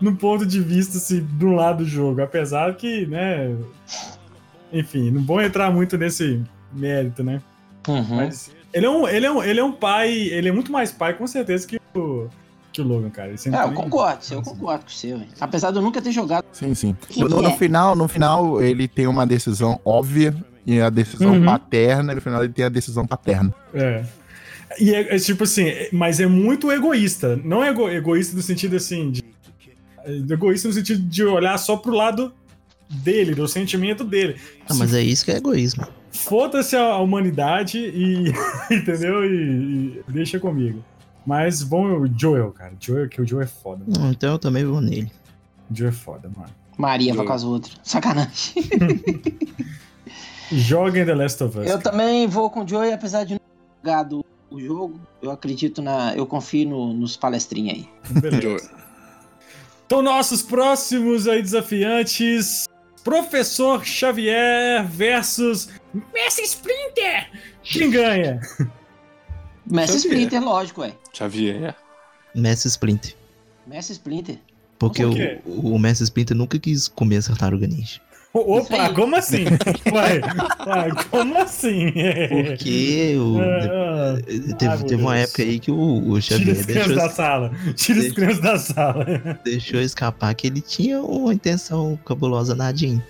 [SPEAKER 1] no ponto de vista, assim, do lado do jogo. Apesar que, né? Enfim, não vou entrar muito nesse mérito, né?
[SPEAKER 3] Hum.
[SPEAKER 1] Mas ele é, um, ele, é um, ele é um pai. Ele é muito mais pai, com certeza, que o, que o Logan, cara. Ele sempre
[SPEAKER 3] É, eu
[SPEAKER 1] tem-
[SPEAKER 3] concordo, eu concordo com você. velho. Apesar de eu nunca ter jogado.
[SPEAKER 5] Sim, sim.
[SPEAKER 3] Que
[SPEAKER 5] No, no- no
[SPEAKER 3] é.
[SPEAKER 5] final, no final, ele tem uma decisão óbvia e a decisão
[SPEAKER 1] Uhum.
[SPEAKER 5] paterna, e no final ele tem a decisão paterna.
[SPEAKER 1] É. E é, é tipo assim, é- mas é muito egoísta. Não é ego- egoísta no sentido assim. De, é egoísta no sentido de olhar só pro lado dele, do sentimento dele.
[SPEAKER 2] Não, mas é isso que é egoísmo.
[SPEAKER 1] Foda-se a humanidade e. entendeu? E, e deixa comigo. Mas bom, o Joel, cara. Joel, que o Joel é foda, mano.
[SPEAKER 2] Não, então eu também vou nele.
[SPEAKER 1] O Joel é foda, mano.
[SPEAKER 3] Maria vai com as outras. Sacanagem.
[SPEAKER 1] Joga em The Last of Us.
[SPEAKER 3] Eu também vou com o Joey, apesar de não ter jogado o jogo. Eu acredito na. Eu confio no- nos palestrinhos aí.
[SPEAKER 1] Beleza. Então, nossos próximos aí desafiantes: Professor Xavier versus Messi Splinter. Quem ganha?
[SPEAKER 3] Messi
[SPEAKER 4] Xavier.
[SPEAKER 3] Splinter, lógico, ué.
[SPEAKER 4] Xavier.
[SPEAKER 2] Messi Splinter.
[SPEAKER 3] Messi Splinter.
[SPEAKER 2] Porque
[SPEAKER 1] Por
[SPEAKER 2] o,
[SPEAKER 1] quê?
[SPEAKER 2] o Mestre Splinter nunca quis comer essa tartaruga ninja.
[SPEAKER 1] O-
[SPEAKER 3] Isso
[SPEAKER 1] Opa,
[SPEAKER 3] aí.
[SPEAKER 1] como assim? Ué, ué, como assim? É.
[SPEAKER 2] Porque o,
[SPEAKER 1] Ah,
[SPEAKER 2] de- eh,
[SPEAKER 1] ah,
[SPEAKER 2] teve,
[SPEAKER 1] meu
[SPEAKER 2] teve uma
[SPEAKER 1] Deus.
[SPEAKER 2] época aí que o, o
[SPEAKER 1] Tira
[SPEAKER 2] Xavier
[SPEAKER 1] as crianças
[SPEAKER 2] deixou,
[SPEAKER 1] da sala. Tira as
[SPEAKER 2] Deixa-
[SPEAKER 1] crianças da sala.
[SPEAKER 2] deixou escapar que ele tinha uma intenção cabulosa na Jean.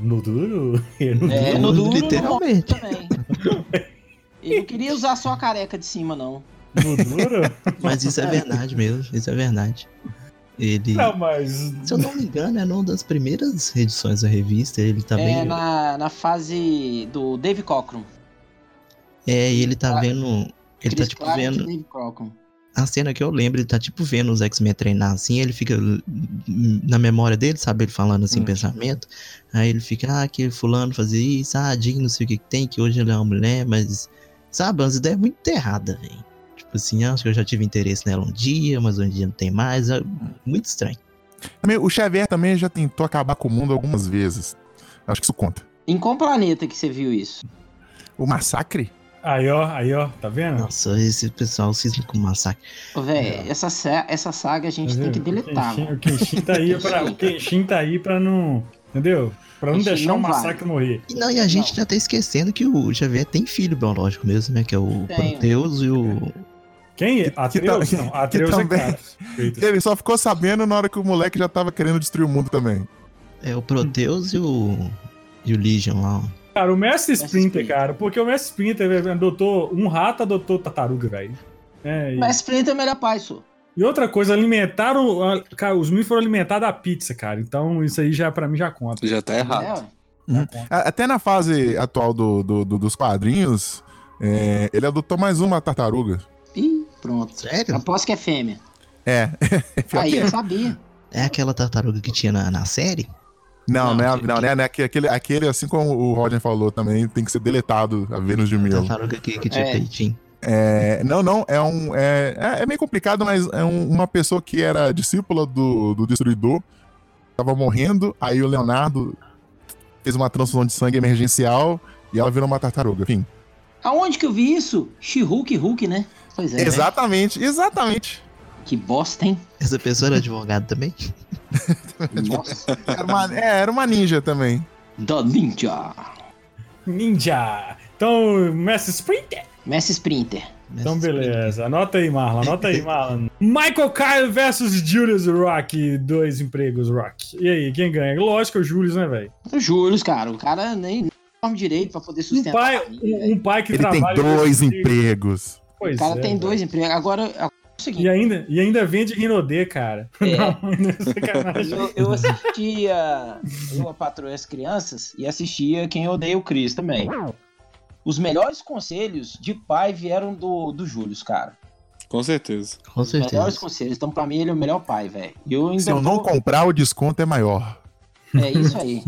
[SPEAKER 1] No duro? No
[SPEAKER 3] É, no duro,
[SPEAKER 2] Literalmente.
[SPEAKER 3] Também. Ele não queria usar só a careca de cima, não.
[SPEAKER 1] No duro?
[SPEAKER 2] Mas isso é verdade mesmo, isso é verdade. Ele,
[SPEAKER 1] Não, mas.
[SPEAKER 2] se eu não me engano, é numa das primeiras edições da revista, ele tá
[SPEAKER 3] é
[SPEAKER 2] vendo.
[SPEAKER 3] na, na fase do Dave Cockrum.
[SPEAKER 2] É, e ele tá
[SPEAKER 3] Ah,
[SPEAKER 2] vendo. Ele tá
[SPEAKER 3] Chris
[SPEAKER 2] tipo
[SPEAKER 3] Claremont e
[SPEAKER 2] vendo.
[SPEAKER 3] Dave Cockrum.
[SPEAKER 2] A cena que eu lembro, ele tá tipo vendo os X-Men treinar assim, ele fica l- na memória dele, sabe? Ele falando assim,
[SPEAKER 1] Hum.
[SPEAKER 2] pensamento. Aí ele fica, ah, que fulano fazia isso, ah, Jean, não sei o que que tem, que hoje ela é uma mulher, mas. Sabe, umas ideias muito erradas, velho. Tipo assim, acho que eu já tive interesse nela um dia, mas hoje em dia não tem mais. é muito estranho.
[SPEAKER 5] Também, o Xavier também já tentou acabar com o mundo algumas vezes. Acho que isso conta.
[SPEAKER 3] Em qual planeta que você viu isso?
[SPEAKER 5] O massacre?
[SPEAKER 1] Aí, ó, aí, ó, tá vendo?
[SPEAKER 2] Nossa, esse pessoal cisma com massacre.
[SPEAKER 3] Ô,
[SPEAKER 5] É.
[SPEAKER 3] Véi, essa, sa- essa saga a gente tem que deletar.
[SPEAKER 1] Tá
[SPEAKER 3] né?
[SPEAKER 1] O Kenshin,
[SPEAKER 3] mano.
[SPEAKER 1] o Kenshin tá aí pra. O Kenshin tá aí pra não. Entendeu? Pra não
[SPEAKER 3] Kenshin
[SPEAKER 1] deixar o
[SPEAKER 3] não
[SPEAKER 1] massacre morrer.
[SPEAKER 2] E não, e a gente
[SPEAKER 3] Não.
[SPEAKER 2] já tá esquecendo que o Xavier tem filho biológico mesmo, né? Que é o
[SPEAKER 3] Tem.
[SPEAKER 2] Proteus e o.
[SPEAKER 1] Quem é?
[SPEAKER 5] Que- que
[SPEAKER 1] Atreus?
[SPEAKER 5] tá-
[SPEAKER 1] Não,
[SPEAKER 5] que
[SPEAKER 1] Atreus é
[SPEAKER 5] também-
[SPEAKER 1] Kratos. Kratos.
[SPEAKER 5] Ele só ficou sabendo na hora que o moleque já tava querendo destruir o mundo também.
[SPEAKER 2] É o Proteus e o. E o Legion lá, ó.
[SPEAKER 1] Cara, o Mestre Splinter,
[SPEAKER 3] Splinter.
[SPEAKER 1] cara, porque o Mestre Splinter velho, adotou um rato, adotou tartaruga, velho. É, e,
[SPEAKER 3] Mas Splinter é o melhor pai, senhor.
[SPEAKER 1] e outra coisa, alimentaram. a- Cara, os meninos foram alimentados à pizza, cara. Então isso aí já pra mim já conta.
[SPEAKER 4] Já tá
[SPEAKER 3] É,
[SPEAKER 4] errado.
[SPEAKER 3] ué.
[SPEAKER 5] A- Até na fase atual do, do- do- dos quadrinhos, é, ele adotou mais uma tartaruga.
[SPEAKER 3] Ih, pronto.
[SPEAKER 2] Sério?
[SPEAKER 3] Aposto que é fêmea.
[SPEAKER 5] É. Pior
[SPEAKER 3] Aí,
[SPEAKER 5] que é.
[SPEAKER 3] eu sabia.
[SPEAKER 2] É aquela tartaruga que tinha na, na série?
[SPEAKER 5] Não, não,
[SPEAKER 2] Não,
[SPEAKER 5] é, não, né? né, que- Aquele, aquele, assim como o Roger falou também, tem que ser deletado a Vênus de Milo.
[SPEAKER 2] Tartaruga que, que tinha
[SPEAKER 3] É.
[SPEAKER 2] peitinho.
[SPEAKER 5] É, não, não, é um. É, é- é meio complicado, mas é um- uma pessoa que era discípula do, do Destruidor, tava morrendo, aí o Leonardo fez uma transfusão de sangue emergencial e ela virou uma tartaruga. Enfim.
[SPEAKER 3] Aonde que eu vi isso? She-Hulk, Hulk, né? Pois é. né?
[SPEAKER 5] Exatamente, exatamente.
[SPEAKER 3] Que bosta, hein?
[SPEAKER 2] Essa pessoa era advogada também?
[SPEAKER 3] Nossa.
[SPEAKER 5] Era uma, é, era uma ninja também.
[SPEAKER 3] The Ninja.
[SPEAKER 1] Ninja! Então, Mestre Splinter.
[SPEAKER 3] Messi Sprinter.
[SPEAKER 1] Então, beleza. Anota aí, Marlon. Anota aí, Marlon. Michael Kyle versus Julius Rock. Dois empregos, Rock. E aí, quem ganha? Lógico, é o Julius, né, velho?
[SPEAKER 3] Eu juro, cara. O cara nem nem dorme direito pra poder
[SPEAKER 1] Um
[SPEAKER 3] sustentar.
[SPEAKER 1] pai,
[SPEAKER 3] a família,
[SPEAKER 1] um,
[SPEAKER 3] Então, velho.
[SPEAKER 1] um pai que
[SPEAKER 5] Ele tem
[SPEAKER 1] trabalha.
[SPEAKER 5] dois empregos.
[SPEAKER 1] Pois
[SPEAKER 3] o cara
[SPEAKER 1] é,
[SPEAKER 3] tem
[SPEAKER 1] velho.
[SPEAKER 3] dois empregos. Agora, agora é o seguinte.
[SPEAKER 1] E ainda, e ainda vende Rinodê, cara.
[SPEAKER 3] É.
[SPEAKER 1] Não, não é sacanagem.
[SPEAKER 3] Eu, eu assistia um Eu a Patroa e as Crianças e assistia Quem Odeia o Cris também. Os melhores conselhos de pai vieram do, do Július, cara.
[SPEAKER 4] Com certeza.
[SPEAKER 2] Com
[SPEAKER 3] Os melhores
[SPEAKER 2] certeza.
[SPEAKER 3] conselhos. Então, pra mim, ele é o melhor pai, velho. E eu ainda
[SPEAKER 5] Se eu não
[SPEAKER 3] vou-
[SPEAKER 5] comprar, o desconto é maior.
[SPEAKER 3] É isso aí.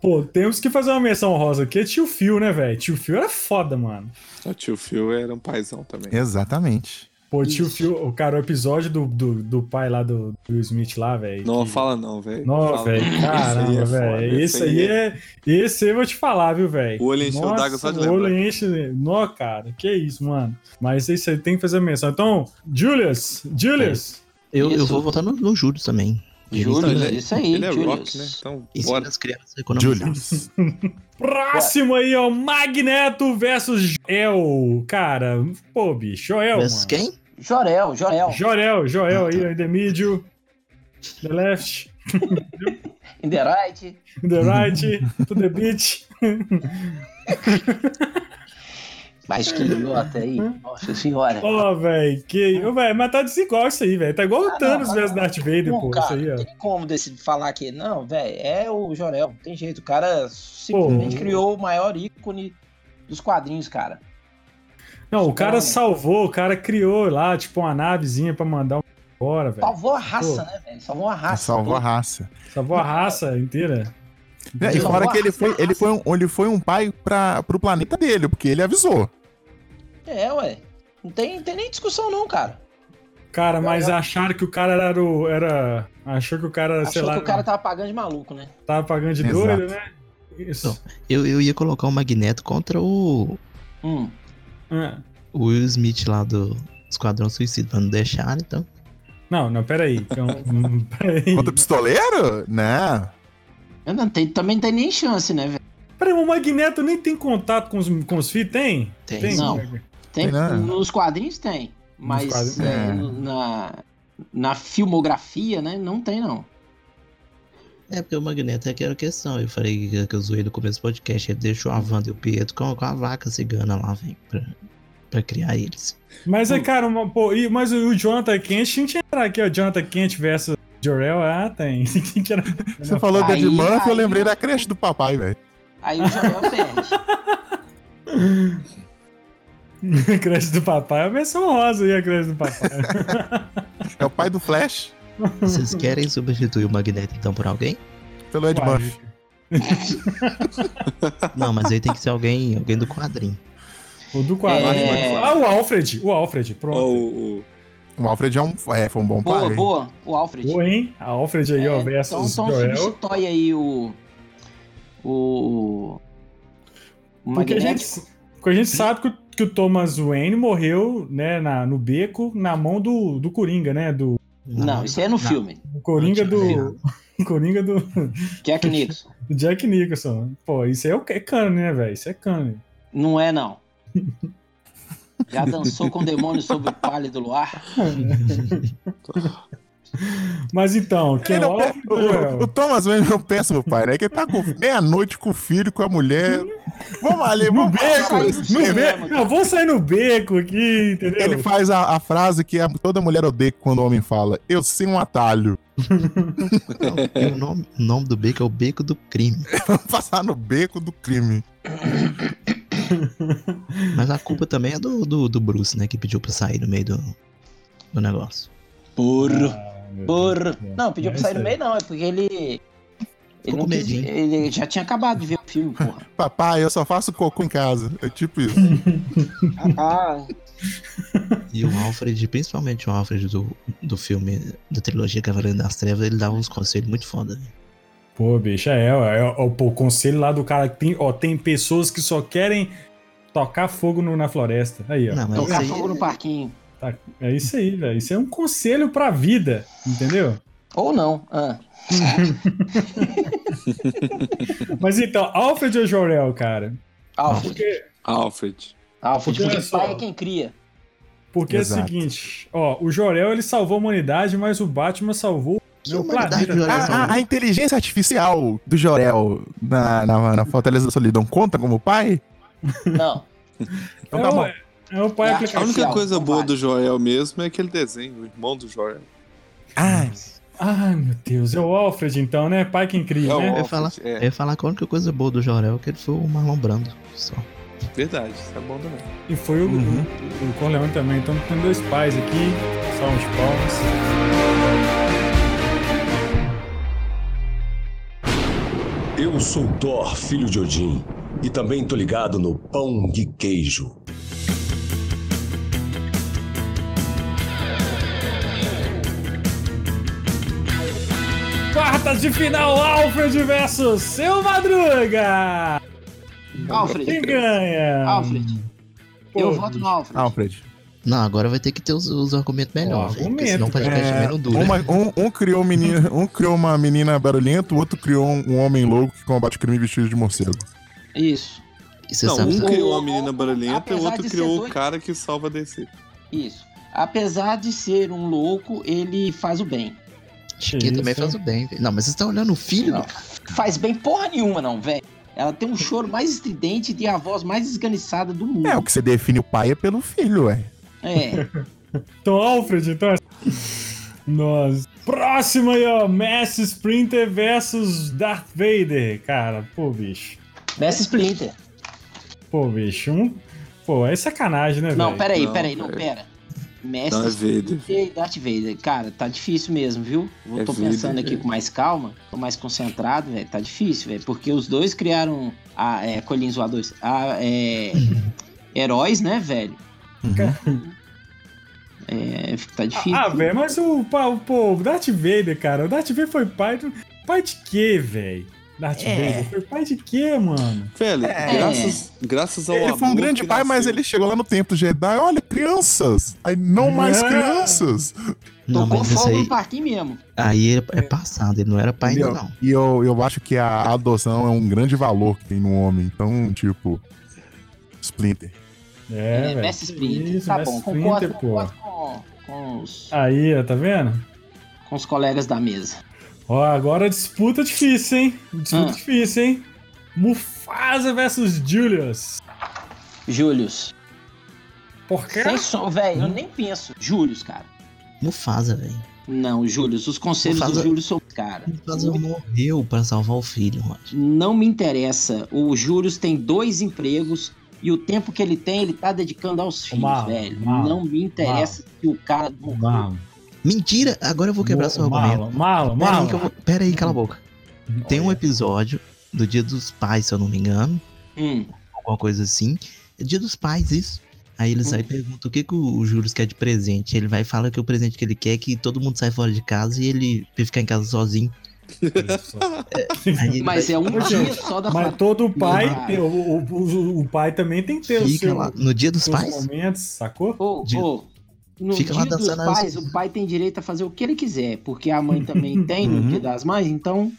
[SPEAKER 1] Pô, temos que fazer uma menção rosa aqui. É tio Phil, né, velho? Tio Phil era foda, mano.
[SPEAKER 4] O tio Phil era um paizão também.
[SPEAKER 5] Exatamente.
[SPEAKER 1] Pô, tio
[SPEAKER 3] Isso.
[SPEAKER 1] Phil, o cara, o episódio do, do, do pai lá do, do Will Smith lá, velho.
[SPEAKER 4] Não
[SPEAKER 1] que-
[SPEAKER 4] fala não, velho.
[SPEAKER 1] Nossa,
[SPEAKER 4] Fala não.
[SPEAKER 1] velho. Caramba,
[SPEAKER 4] Esse aí é foda,
[SPEAKER 1] velho. Esse aí é. Esse aí eu vou te falar, viu, velho?
[SPEAKER 4] O olho encheu
[SPEAKER 1] Nossa,
[SPEAKER 4] d'água só de
[SPEAKER 1] O olho
[SPEAKER 4] lembrar.
[SPEAKER 1] enche. Nó, cara. Que isso, mano. Mas é isso aí tem que fazer menção. Então, Julius, Julius.
[SPEAKER 2] Eu, eu
[SPEAKER 3] Isso.
[SPEAKER 2] vou votar no, no Júlio também. Ele
[SPEAKER 3] Júlio,
[SPEAKER 2] ensina-
[SPEAKER 4] Ele é-
[SPEAKER 3] isso aí,
[SPEAKER 4] Ele é
[SPEAKER 3] Julius.
[SPEAKER 4] rock, né? Então,
[SPEAKER 2] Ensina
[SPEAKER 4] bora.
[SPEAKER 2] as crianças a economizar.
[SPEAKER 5] Julius.
[SPEAKER 1] Próximo aí, ó. Magneto versus El. Cara, pô, bicho, Joel.
[SPEAKER 2] Mas
[SPEAKER 1] Mano.
[SPEAKER 2] quem?
[SPEAKER 3] Jorel, Jorel.
[SPEAKER 1] Jorel, Joel
[SPEAKER 2] Ah,
[SPEAKER 1] aí,
[SPEAKER 2] tá.
[SPEAKER 1] ó, in the middle. The left.
[SPEAKER 3] In the right.
[SPEAKER 1] In the right, to the beach.
[SPEAKER 3] Mas
[SPEAKER 1] Hum.
[SPEAKER 3] que lota aí. Nossa senhora.
[SPEAKER 1] Ó, velho, que. Ô, velho, mas tá desigual isso aí, velho. Tá igual o
[SPEAKER 3] Ah,
[SPEAKER 1] Thanos
[SPEAKER 3] não,
[SPEAKER 1] versus
[SPEAKER 3] não.
[SPEAKER 1] Darth Vader,
[SPEAKER 3] Não,
[SPEAKER 1] pô. Isso
[SPEAKER 3] cara,
[SPEAKER 1] aí, ó.
[SPEAKER 3] não tem como desse falar que não, velho, é o Jorel, não tem jeito. O cara simplesmente
[SPEAKER 1] Pô.
[SPEAKER 3] criou o maior ícone dos quadrinhos, cara.
[SPEAKER 1] Não, o cara
[SPEAKER 3] Não.
[SPEAKER 1] salvou, o cara criou lá, tipo, uma navezinha pra mandar um embora, velho.
[SPEAKER 3] Salvou a raça, né, velho? Salvou a raça.
[SPEAKER 5] Salvou a
[SPEAKER 3] Pô,
[SPEAKER 5] raça.
[SPEAKER 1] Salvou a raça inteira.
[SPEAKER 5] É, e
[SPEAKER 3] Não,
[SPEAKER 5] fora que ele
[SPEAKER 3] raça,
[SPEAKER 5] foi, ele
[SPEAKER 3] raça.
[SPEAKER 5] foi um, ele foi um pai para pro planeta dele, porque ele avisou.
[SPEAKER 3] É, ué. Não tem, não tem nem discussão, não, cara.
[SPEAKER 1] Cara, mas acharam que o cara era o. Era, achou que o cara, sei
[SPEAKER 3] Achou
[SPEAKER 1] lá,
[SPEAKER 3] que o cara tava pagando de maluco, né?
[SPEAKER 1] tava pagando de
[SPEAKER 5] Exato.
[SPEAKER 1] doido, né? Isso.
[SPEAKER 2] Eu, eu ia colocar o Magneto contra o,
[SPEAKER 3] Hum.
[SPEAKER 1] Ah,
[SPEAKER 2] o Will Smith lá do Esquadrão Suicida, pra não deixar, então.
[SPEAKER 1] Não, não, peraí. Então, hum, peraí.
[SPEAKER 5] Contra o pistoleiro? Né? Não.
[SPEAKER 3] Eu não tenho, também não tem nem chance, né, velho?
[SPEAKER 1] Peraí, o Magneto nem tem contato com os, com os filhos? Tem?
[SPEAKER 2] Tem.
[SPEAKER 3] Não.
[SPEAKER 1] Magneto?
[SPEAKER 3] Tem,
[SPEAKER 5] Tem né? nada.
[SPEAKER 3] nos quadrinhos tem, mas
[SPEAKER 1] quadrinhos,
[SPEAKER 3] é,
[SPEAKER 5] é.
[SPEAKER 3] na, na filmografia, né, não tem não.
[SPEAKER 2] É porque o Magneto é aquela questão. Eu falei que, que eu zoei no começo do podcast. Ele deixou a Wanda e o Pietro com, com a vaca cigana lá, velho, pra, pra criar eles.
[SPEAKER 1] Mas é, cara, uma, pô, e, mas o, o Jonathan Kent, a gente entrar aqui, ó. Jonathan Kent versus Jorel, ah, tem. Quem que era?
[SPEAKER 5] Você falou da
[SPEAKER 3] Aí-
[SPEAKER 5] Ed Murphy, eu
[SPEAKER 3] aí-
[SPEAKER 5] lembrei da creche do papai, velho.
[SPEAKER 3] Aí o Joel perde.
[SPEAKER 1] A creche do papai, a versão rosa aí, a creche do papai.
[SPEAKER 5] É o pai do Flash
[SPEAKER 2] Vocês querem substituir o Magneto então por alguém?
[SPEAKER 5] pelo Ed
[SPEAKER 1] Uai.
[SPEAKER 5] Murphy.
[SPEAKER 2] Não, mas aí tem que ser alguém, alguém do quadrinho.
[SPEAKER 1] O do quadro.
[SPEAKER 3] É.
[SPEAKER 1] Ah, o Alfred. O Alfred, pronto.
[SPEAKER 4] Ó, o- o-
[SPEAKER 5] O Alfred é um, é, foi um bom
[SPEAKER 3] boa,
[SPEAKER 5] pai.
[SPEAKER 3] boa, o Alfred.
[SPEAKER 1] Boa, hein? A Alfred aí, ó,
[SPEAKER 3] É,
[SPEAKER 1] versus
[SPEAKER 3] então, então
[SPEAKER 1] Jorel.
[SPEAKER 3] substitui aí o o, o
[SPEAKER 1] Porque a
[SPEAKER 3] Magneto.
[SPEAKER 1] gente, porque a gente sabe que o, que o Thomas Wayne morreu, né, na, no beco, na mão do, do Coringa, né? Do,
[SPEAKER 3] Não, isso aí é no filme.
[SPEAKER 1] do Coringa
[SPEAKER 2] Não tinha
[SPEAKER 1] do. Coringa do, do
[SPEAKER 3] Jack Nixon.
[SPEAKER 1] Jack Nicholson. Pô, isso aí é, o- é cano, né, velho? Isso é cano.
[SPEAKER 3] Não é, não. Já dançou com o demônio sobre o palho do luar?
[SPEAKER 1] Mas então, quem
[SPEAKER 5] Ele
[SPEAKER 1] é o
[SPEAKER 5] não pe-
[SPEAKER 1] Alfred ou Joel?
[SPEAKER 5] o, o Thomas Wayne não pensa, meu pai, né? Que ele tá com meia-noite com o filho, com a mulher. Vamos ali, vamos
[SPEAKER 3] beco,
[SPEAKER 5] ver.
[SPEAKER 3] no
[SPEAKER 1] No
[SPEAKER 3] cinema,
[SPEAKER 1] beco?
[SPEAKER 3] cara.
[SPEAKER 1] Não, vou sair no beco aqui, entendeu?
[SPEAKER 5] Ele faz a, a frase que a- toda mulher odeia quando o homem fala: Eu sei um atalho.
[SPEAKER 2] então, E o nome, o nome do beco é o Beco do Crime.
[SPEAKER 5] Vamos passar no beco do crime.
[SPEAKER 2] Mas a culpa também é do, do, do Bruce, né? Que pediu pra sair no meio do, do negócio.
[SPEAKER 5] É
[SPEAKER 3] Burro,
[SPEAKER 1] Ah, meu
[SPEAKER 3] burro.
[SPEAKER 1] Deus.
[SPEAKER 3] Não, pediu pra
[SPEAKER 1] É
[SPEAKER 3] sair no
[SPEAKER 1] isso
[SPEAKER 3] meio, não. É porque ele. Ele,
[SPEAKER 2] Ficou
[SPEAKER 3] não
[SPEAKER 2] com
[SPEAKER 3] quis-
[SPEAKER 2] medinho.
[SPEAKER 3] ele já tinha acabado de ver o filme, porra.
[SPEAKER 5] Papai, eu só faço cocô em casa. É tipo isso.
[SPEAKER 3] Ah,
[SPEAKER 2] E o Alfred, principalmente o Alfred do, do filme, da trilogia Cavaleiro das Trevas, ele dava uns conselhos muito foda. né?
[SPEAKER 1] Pô, bicho, é, ó, é, ó, pô, o conselho lá do cara que tem, ó, tem pessoas que só querem tocar fogo no- na floresta. Aí, ó.
[SPEAKER 2] Não, mas isso
[SPEAKER 3] tocar
[SPEAKER 2] aí-
[SPEAKER 3] fogo Então, no parquinho.
[SPEAKER 1] É isso aí, velho. Isso é um conselho pra vida, entendeu?
[SPEAKER 3] Ou não. Ah,
[SPEAKER 1] Mas então, Alfred ou Jorel, cara?
[SPEAKER 3] Alfred.
[SPEAKER 1] Porque,
[SPEAKER 4] Alfred.
[SPEAKER 3] Alfred,
[SPEAKER 1] Porque
[SPEAKER 3] porque
[SPEAKER 1] olha só.
[SPEAKER 3] pai é quem cria.
[SPEAKER 1] porque é o
[SPEAKER 5] Exato.
[SPEAKER 1] seguinte, ó, o Jorel ele salvou a humanidade, mas o Batman salvou
[SPEAKER 2] Que
[SPEAKER 1] meu
[SPEAKER 3] é
[SPEAKER 2] humanidade
[SPEAKER 1] planeta.
[SPEAKER 2] do Jorel
[SPEAKER 1] Ah,
[SPEAKER 2] salvou?
[SPEAKER 5] A, a- a inteligência artificial do Jorel na, na, na Fortaleza da Solidão conta como pai?
[SPEAKER 3] Não.
[SPEAKER 5] Então tá bom.
[SPEAKER 1] é, o, é o pai
[SPEAKER 3] É,
[SPEAKER 4] A
[SPEAKER 1] aplicativo.
[SPEAKER 4] única
[SPEAKER 3] Oficial,
[SPEAKER 4] coisa
[SPEAKER 3] não
[SPEAKER 4] boa
[SPEAKER 3] vale.
[SPEAKER 4] do Joel mesmo é aquele desenho, o irmão do Joel.
[SPEAKER 5] Ah,
[SPEAKER 1] Ai, meu Deus, é o Alfred então, né? Pai quem cria,
[SPEAKER 4] É o
[SPEAKER 1] né?
[SPEAKER 2] ia falar-
[SPEAKER 4] Alfred,
[SPEAKER 2] Eu ia falar que a única coisa boa do Jorel é que ele foi o Marlon Brando. Só.
[SPEAKER 4] é verdade, isso é bom também.
[SPEAKER 1] E foi o,
[SPEAKER 5] Uhum.
[SPEAKER 1] o, o Corleone também. Então tem dois pais aqui, só uns palmas.
[SPEAKER 7] Eu sou Thor, filho de Odin, e também tô ligado no pão de queijo.
[SPEAKER 1] Quartas de final, Alfred versus seu Madruga! Quem
[SPEAKER 3] Alfred.
[SPEAKER 1] ganha?
[SPEAKER 3] Alfred. Ah, Eu
[SPEAKER 1] Pô,
[SPEAKER 3] voto no Alfred.
[SPEAKER 5] Ah, Alfred.
[SPEAKER 2] Não, agora vai ter que ter os, os argumentos
[SPEAKER 1] Ó,
[SPEAKER 2] melhores.
[SPEAKER 1] argumento,
[SPEAKER 2] Porque senão o podcast
[SPEAKER 5] É,
[SPEAKER 2] também não dura.
[SPEAKER 5] uma- um, um criou um menino, um criou uma menina barulhenta, o outro criou um, um homem louco que combate crime vestido de morcego.
[SPEAKER 3] Isso,
[SPEAKER 2] E você
[SPEAKER 4] não,
[SPEAKER 2] sabe.
[SPEAKER 4] um
[SPEAKER 3] o-
[SPEAKER 4] criou a menina barulhenta e o
[SPEAKER 3] apesar
[SPEAKER 4] outro
[SPEAKER 3] de ser
[SPEAKER 4] criou
[SPEAKER 3] dois-
[SPEAKER 4] o cara que salva a DC.
[SPEAKER 3] isso. Apesar de ser um louco, ele faz o bem.
[SPEAKER 2] Chiquinha também
[SPEAKER 1] Isso.
[SPEAKER 2] faz o bem. velho. Não, mas vocês estão olhando o filho?
[SPEAKER 3] Não. Faz bem porra nenhuma, não, velho. Ela tem um choro mais estridente e tem a voz mais esganiçada do mundo.
[SPEAKER 5] É, o que você define o pai é pelo filho, ué.
[SPEAKER 3] É.
[SPEAKER 1] Então, Alfred, então. é- Nossa. Próximo aí, ó. Mass Sprinter versus Darth Vader. Cara, pô, bicho.
[SPEAKER 3] Messi Splinter.
[SPEAKER 1] Pô, bicho. Um... Pô, é sacanagem, né, velho?
[SPEAKER 3] Não, peraí,
[SPEAKER 4] Não, é
[SPEAKER 3] peraí, não,
[SPEAKER 4] velho.
[SPEAKER 3] pera. Messi
[SPEAKER 4] Darth Vader.
[SPEAKER 3] Splinter e Darth Vader. Cara, tá difícil mesmo, viu? Eu
[SPEAKER 4] É
[SPEAKER 3] tô
[SPEAKER 4] Vader,
[SPEAKER 3] pensando aqui
[SPEAKER 4] velho.
[SPEAKER 3] com mais calma, tô mais concentrado, velho. Tá difícil, velho. Porque os dois criaram. A, é, Colinhos Voadores. A, é, heróis, né, velho? É, fica- tá difícil.
[SPEAKER 1] Ah, velho, mas o, pa- o- pô, o Darth Vader, cara. O Darth Vader foi pai do. Pai de quê, velho? Darth
[SPEAKER 2] É.
[SPEAKER 1] Vader. Foi pai de quê, mano?
[SPEAKER 4] Velho,
[SPEAKER 3] É.
[SPEAKER 4] graças, graças ao
[SPEAKER 5] Ele foi um
[SPEAKER 4] amor
[SPEAKER 5] grande
[SPEAKER 4] que
[SPEAKER 5] pai, mas
[SPEAKER 4] nasceu.
[SPEAKER 5] ele chegou lá no tempo Jedi. Olha, crianças! Aí não mais
[SPEAKER 1] É.
[SPEAKER 5] crianças!
[SPEAKER 2] Não,
[SPEAKER 3] Tocou
[SPEAKER 2] mas isso
[SPEAKER 3] fogo no
[SPEAKER 2] aí,
[SPEAKER 3] parquinho mesmo.
[SPEAKER 2] aí é- é passado, ele não era pai ainda,
[SPEAKER 5] Entendeu?
[SPEAKER 2] não.
[SPEAKER 5] E eu, eu acho que a adoção é um grande valor que tem no homem. Então, tipo. Splinter.
[SPEAKER 1] É,
[SPEAKER 3] É,
[SPEAKER 1] velho.
[SPEAKER 3] Mestre Splinter.
[SPEAKER 1] Isso,
[SPEAKER 3] tá
[SPEAKER 1] Mestre
[SPEAKER 3] bom,
[SPEAKER 1] Splinter,
[SPEAKER 3] concordo,
[SPEAKER 1] pô.
[SPEAKER 3] concordo com, com os,
[SPEAKER 1] Aí, ó, tá vendo?
[SPEAKER 3] com os colegas da mesa.
[SPEAKER 1] Ó, agora disputa difícil, hein? Disputa
[SPEAKER 3] Ah.
[SPEAKER 1] difícil, hein? Mufasa versus Julius.
[SPEAKER 3] Július.
[SPEAKER 1] Por quê?
[SPEAKER 3] Sem som, velho, eu nem penso. Július, cara.
[SPEAKER 2] Mufasa, velho.
[SPEAKER 3] Não, Július, os conselhos
[SPEAKER 2] Vou fazer- um
[SPEAKER 3] do Július são cara.
[SPEAKER 2] Mufasa morreu pra salvar o filho, Roger.
[SPEAKER 3] Não me interessa. O Július tem dois empregos e o tempo que ele tem, ele tá dedicando aos filhos,
[SPEAKER 1] Mal,
[SPEAKER 3] velho.
[SPEAKER 1] mal,
[SPEAKER 3] não me interessa que o cara morreu.
[SPEAKER 1] Marlon.
[SPEAKER 2] Mentira! Agora eu vou quebrar seu um argumento.
[SPEAKER 1] Marlon, Marlon,
[SPEAKER 2] Pera aí, que eu
[SPEAKER 1] Marlon.
[SPEAKER 2] vou- pera aí, cala a boca. Tem um
[SPEAKER 1] Olha.
[SPEAKER 2] episódio do Dia dos Pais, se eu não me engano,
[SPEAKER 3] Hum,
[SPEAKER 2] alguma coisa assim. É Dia dos Pais, isso. Aí eles
[SPEAKER 3] Uhum.
[SPEAKER 2] aí perguntam o que, que o Júlio quer de presente. Ele vai e fala que o presente que ele quer é que todo mundo sai fora de casa e ele vai ficar em casa sozinho. Aí ele
[SPEAKER 3] mas é um
[SPEAKER 1] Ô,
[SPEAKER 3] dia
[SPEAKER 1] gente,
[SPEAKER 3] só da
[SPEAKER 1] Mas todo pai,
[SPEAKER 3] Não.
[SPEAKER 1] tem, o, o- o- o pai também tem que ter
[SPEAKER 2] fica
[SPEAKER 1] os seu,
[SPEAKER 2] lá. No Dia dos
[SPEAKER 1] seus
[SPEAKER 2] Pais?
[SPEAKER 1] momentos, sacou?
[SPEAKER 3] Ô,
[SPEAKER 2] Dia-
[SPEAKER 3] ô, no
[SPEAKER 2] Fica lá
[SPEAKER 3] dia dos
[SPEAKER 2] dançando as-
[SPEAKER 3] pais, o pai tem direito a fazer o que ele quiser, porque a mãe também tem no
[SPEAKER 5] Uhum.
[SPEAKER 3] dia das mmães, então.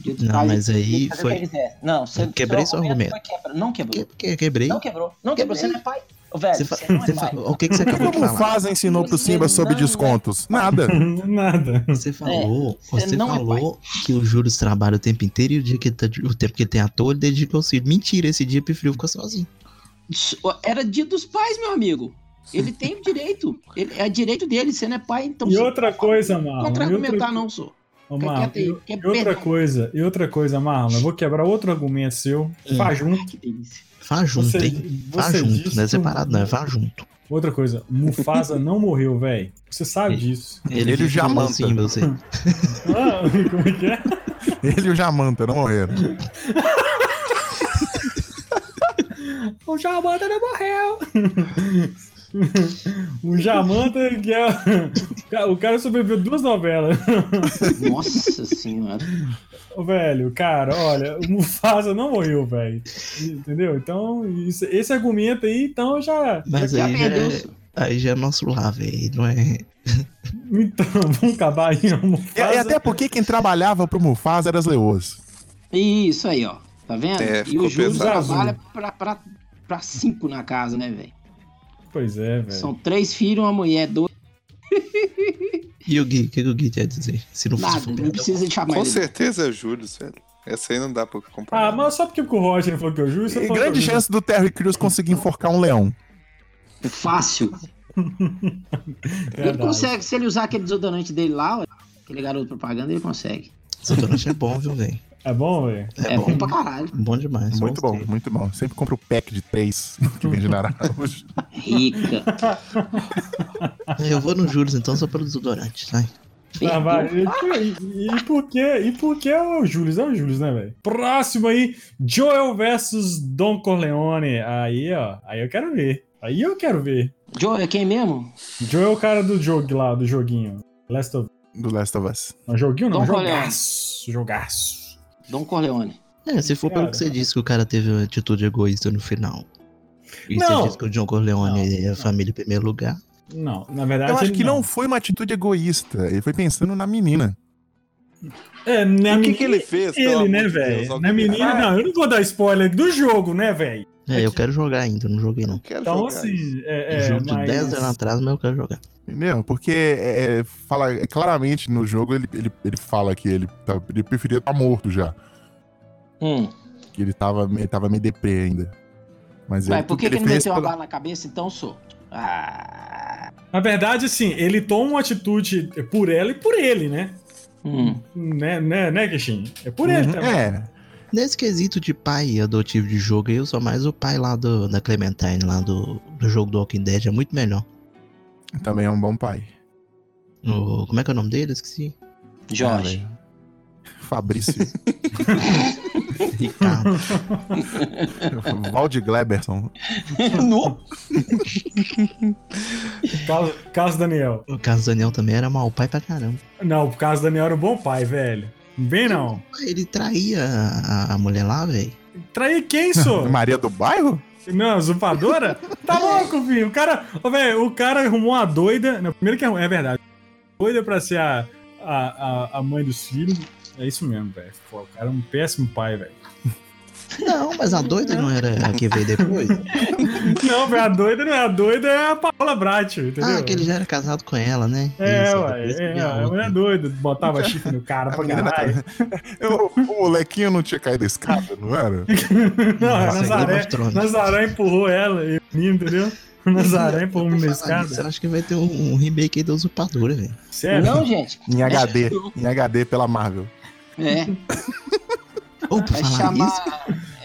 [SPEAKER 3] dia dos
[SPEAKER 2] Não,
[SPEAKER 3] pais,
[SPEAKER 2] mas
[SPEAKER 3] ele
[SPEAKER 2] aí
[SPEAKER 3] tem que fazer o
[SPEAKER 2] foi-
[SPEAKER 3] que ele quiser. Não, você
[SPEAKER 2] Quebrei seu argumento.
[SPEAKER 3] foi quebra- Não quebrou.
[SPEAKER 2] Que, que, quebrei.
[SPEAKER 3] Não quebrou. Não quebrou. Você não é pai. Ô, velho,
[SPEAKER 2] Você
[SPEAKER 3] você,
[SPEAKER 2] fa-
[SPEAKER 3] não é
[SPEAKER 2] você
[SPEAKER 3] pai.
[SPEAKER 2] fa- O que, que você
[SPEAKER 5] O que,
[SPEAKER 2] acabou
[SPEAKER 5] que
[SPEAKER 2] de
[SPEAKER 5] o
[SPEAKER 2] falar?
[SPEAKER 5] Mufasa ensinou pro Simba sobre
[SPEAKER 3] Não,
[SPEAKER 5] descontos? Nada.
[SPEAKER 1] Nada.
[SPEAKER 2] Você falou,
[SPEAKER 3] É, você
[SPEAKER 2] você
[SPEAKER 3] não é
[SPEAKER 2] falou que o Júlio trabalha o tempo inteiro e o, dia que ele tá de- o tempo que ele tem à toa, ele dedica ao filho. Mentira, esse dia Pifrio ficou sozinho.
[SPEAKER 3] Era dia dos pais, meu amigo. Ele tem o direito. Ele, é direito dele. Você não é pai, então.
[SPEAKER 1] E
[SPEAKER 3] você
[SPEAKER 1] outra coisa, Marlon.
[SPEAKER 3] Não
[SPEAKER 1] e outra-
[SPEAKER 3] contra-argumentar, não, sou.
[SPEAKER 1] Ô,
[SPEAKER 3] Fica
[SPEAKER 1] Marlon,
[SPEAKER 3] quieto aí,
[SPEAKER 1] e-
[SPEAKER 3] que é
[SPEAKER 1] e outra
[SPEAKER 3] perdão.
[SPEAKER 1] coisa, e outra coisa, Marlon, eu vou quebrar outro argumento seu.
[SPEAKER 2] Hum.
[SPEAKER 1] Faz junto.
[SPEAKER 3] Que delícia.
[SPEAKER 2] Faz junto,
[SPEAKER 1] Você-
[SPEAKER 2] hein? Faz
[SPEAKER 1] você
[SPEAKER 2] junto,
[SPEAKER 1] disse
[SPEAKER 2] não é
[SPEAKER 1] que-
[SPEAKER 2] separado, não, é faz junto.
[SPEAKER 1] Outra coisa, Mufasa não morreu, velho. Você sabe
[SPEAKER 2] Ele-
[SPEAKER 1] disso.
[SPEAKER 5] Ele
[SPEAKER 2] fica
[SPEAKER 5] já
[SPEAKER 2] falando
[SPEAKER 5] manda.
[SPEAKER 2] assim, você.
[SPEAKER 1] Ah, como é que é?
[SPEAKER 5] Ele e o Jamanta não morreram.
[SPEAKER 1] O Jamanta não morreu. o Jamanta, que é. o ca- O cara sobreviveu duas novelas.
[SPEAKER 3] Nossa senhora.
[SPEAKER 1] Ô, velho, cara, olha, o Mufasa não morreu, velho. Entendeu? Então, isso- esse argumento aí, então já.
[SPEAKER 2] Mas
[SPEAKER 3] Já
[SPEAKER 2] aí já,
[SPEAKER 3] perdeu.
[SPEAKER 2] é,
[SPEAKER 3] sou.
[SPEAKER 2] aí já é nosso lá, velho. Não é.
[SPEAKER 1] Então, vamos acabar aí, o
[SPEAKER 5] E,
[SPEAKER 1] Mufasa.
[SPEAKER 5] e É, até porque quem trabalhava pro Mufasa era as leoas.
[SPEAKER 3] Isso aí, ó. Tá vendo?
[SPEAKER 4] É,
[SPEAKER 3] e o
[SPEAKER 4] ficou
[SPEAKER 3] Júlio
[SPEAKER 4] pesado. né?
[SPEAKER 3] trabalha pra, pra, pra cinco na casa, né, velho?
[SPEAKER 1] Pois é, velho.
[SPEAKER 3] São três filhos, uma mulher, dois.
[SPEAKER 2] E o Gui, o que, que o Gui quer dizer? Se não
[SPEAKER 3] Nada.
[SPEAKER 2] fosse um
[SPEAKER 3] Não
[SPEAKER 2] perdão.
[SPEAKER 3] precisa de chamar
[SPEAKER 4] Com
[SPEAKER 3] ele.
[SPEAKER 4] certeza é Júlio, velho. Essa aí não dá pra comparar.
[SPEAKER 1] Ah, mas só porque o Roger falou que eu juro, você
[SPEAKER 5] E
[SPEAKER 1] falou que é
[SPEAKER 5] grande
[SPEAKER 1] eu juro.
[SPEAKER 5] chance do Terry Crews conseguir enforcar um leão.
[SPEAKER 3] Fácil. Ele
[SPEAKER 1] É Verdade.
[SPEAKER 3] consegue. Se ele usar aquele desodorante dele lá, ó, aquele garoto propaganda, ele consegue.
[SPEAKER 2] Desodorante é bom, viu, velho?
[SPEAKER 1] É bom, velho?
[SPEAKER 2] É,
[SPEAKER 3] É,
[SPEAKER 2] bom.
[SPEAKER 3] bom pra caralho.
[SPEAKER 2] Bom demais.
[SPEAKER 5] Muito bom, muito bom. Sempre compro o pack de três que vende na Araújo.
[SPEAKER 3] É Rica.
[SPEAKER 2] Eu vou no Júlio então só pelo desodorante, vai.
[SPEAKER 1] Ah, vai.
[SPEAKER 3] Perdeu.
[SPEAKER 1] E, e por que? E por que é o Julius? É o Julius, né, velho? Próximo aí, Joel versus Don Corleone. Aí, ó. Aí eu quero ver. Aí eu quero ver.
[SPEAKER 3] Joe, é quem mesmo?
[SPEAKER 1] Joel é o cara do jogo lá, do joguinho. Last of
[SPEAKER 5] do Last of Us.
[SPEAKER 1] Não, joguinho não,
[SPEAKER 3] Don
[SPEAKER 1] jogaço. Jogaço.
[SPEAKER 3] Dom Corleone.
[SPEAKER 2] É, se for pelo
[SPEAKER 1] Cara.
[SPEAKER 2] que você disse que o cara teve uma atitude egoísta no final. E
[SPEAKER 1] Não.
[SPEAKER 2] você disse que o John Corleone é a família em primeiro lugar.
[SPEAKER 1] Não, na verdade.
[SPEAKER 5] Eu acho
[SPEAKER 1] ele
[SPEAKER 5] que não foi uma atitude egoísta. Ele foi pensando na menina.
[SPEAKER 1] É, na
[SPEAKER 4] o que,
[SPEAKER 1] menina,
[SPEAKER 4] que ele fez? pelo
[SPEAKER 1] Ele,
[SPEAKER 4] amor
[SPEAKER 1] né,
[SPEAKER 4] de Deus?
[SPEAKER 1] velho?
[SPEAKER 4] Alguém-
[SPEAKER 1] Na menina,
[SPEAKER 4] Ah,
[SPEAKER 1] não, eu não vou dar spoiler do jogo, né, velho?
[SPEAKER 2] É, eu quero jogar ainda, não joguei não.
[SPEAKER 4] eu quero
[SPEAKER 1] Então,
[SPEAKER 4] jogar isso.
[SPEAKER 1] assim,
[SPEAKER 2] É,
[SPEAKER 1] é, é
[SPEAKER 2] jogo de 10
[SPEAKER 1] mas...
[SPEAKER 2] anos atrás, mas eu quero jogar.
[SPEAKER 5] Entendeu? Porque é, é, fala, é, claramente no jogo ele, ele, ele fala que ele, tá- ele preferia estar morto já.
[SPEAKER 3] Hum.
[SPEAKER 5] Que ele tava, ele tava meio deprê ainda. Mas
[SPEAKER 3] Ué,
[SPEAKER 5] ele,
[SPEAKER 3] por que,
[SPEAKER 5] ele
[SPEAKER 3] que ele meteu
[SPEAKER 5] fez
[SPEAKER 3] uma
[SPEAKER 5] pela-
[SPEAKER 3] bala na cabeça então, sou? Ah.
[SPEAKER 1] Na verdade, assim, ele toma uma atitude por ela e por ele, né?
[SPEAKER 3] Hum.
[SPEAKER 1] Né, né, né, Kishin? É por ele
[SPEAKER 5] Uhum,
[SPEAKER 1] também.
[SPEAKER 5] É.
[SPEAKER 2] Nesse quesito de pai adotivo de jogo, eu sou mais o pai lá do, da Clementine, lá do, do jogo do Walking Dead, é muito melhor.
[SPEAKER 5] Também é um bom pai.
[SPEAKER 2] O- como é que é o nome dele? Esqueci.
[SPEAKER 3] Jorge.
[SPEAKER 2] Ah,
[SPEAKER 5] Fabrício.
[SPEAKER 2] Ricardo.
[SPEAKER 5] Valde Gleberson.
[SPEAKER 3] no.
[SPEAKER 1] Carlos, Carlos Daniel.
[SPEAKER 2] o caso do Daniel também era mau pai pra caramba.
[SPEAKER 1] Não, o Carlos Daniel era um bom pai, velho. Bem não.
[SPEAKER 2] Ele traía a, a mulher lá, velho.
[SPEAKER 1] Trair quem, sou?
[SPEAKER 5] Maria do bairro?
[SPEAKER 1] Não, usurpadora? Tá louco, filho. O cara, ô, velho, o cara arrumou uma doida. Não, primeiro que é, é verdade. Doida pra ser a, a, a, a mãe dos filhos. É isso mesmo, velho. Pô, O cara é um péssimo pai, velho.
[SPEAKER 2] Não, mas a doida não era a que veio depois?
[SPEAKER 1] Não, velho, a doida não é a doida, é a Paola Brat, entendeu?
[SPEAKER 2] ah, que ele já era casado com ela, né?
[SPEAKER 1] É,
[SPEAKER 2] Isso,
[SPEAKER 1] ué.
[SPEAKER 2] depois
[SPEAKER 1] É,
[SPEAKER 2] veio a
[SPEAKER 1] a
[SPEAKER 2] outra.
[SPEAKER 1] mulher é doida. Botava chifre no cara pra
[SPEAKER 5] menina
[SPEAKER 1] caralho.
[SPEAKER 5] Eu- o molequinho não tinha caído da escada, não era?
[SPEAKER 1] Não, a
[SPEAKER 2] Nossa, Game
[SPEAKER 1] Nazaré,
[SPEAKER 2] of Thrones.
[SPEAKER 1] Nazaré empurrou ela e o menino, entendeu? O Nazaré empurrou o menino na
[SPEAKER 2] Falar nisso, eu
[SPEAKER 1] escada.
[SPEAKER 2] acho que vai ter um, um remake aí da usurpadora, velho.
[SPEAKER 1] Sério?
[SPEAKER 3] Não, gente.
[SPEAKER 5] Em HD. Em HD pela Marvel.
[SPEAKER 3] É,
[SPEAKER 2] Ou por
[SPEAKER 3] vai
[SPEAKER 2] falar
[SPEAKER 3] chamar.
[SPEAKER 2] nisso,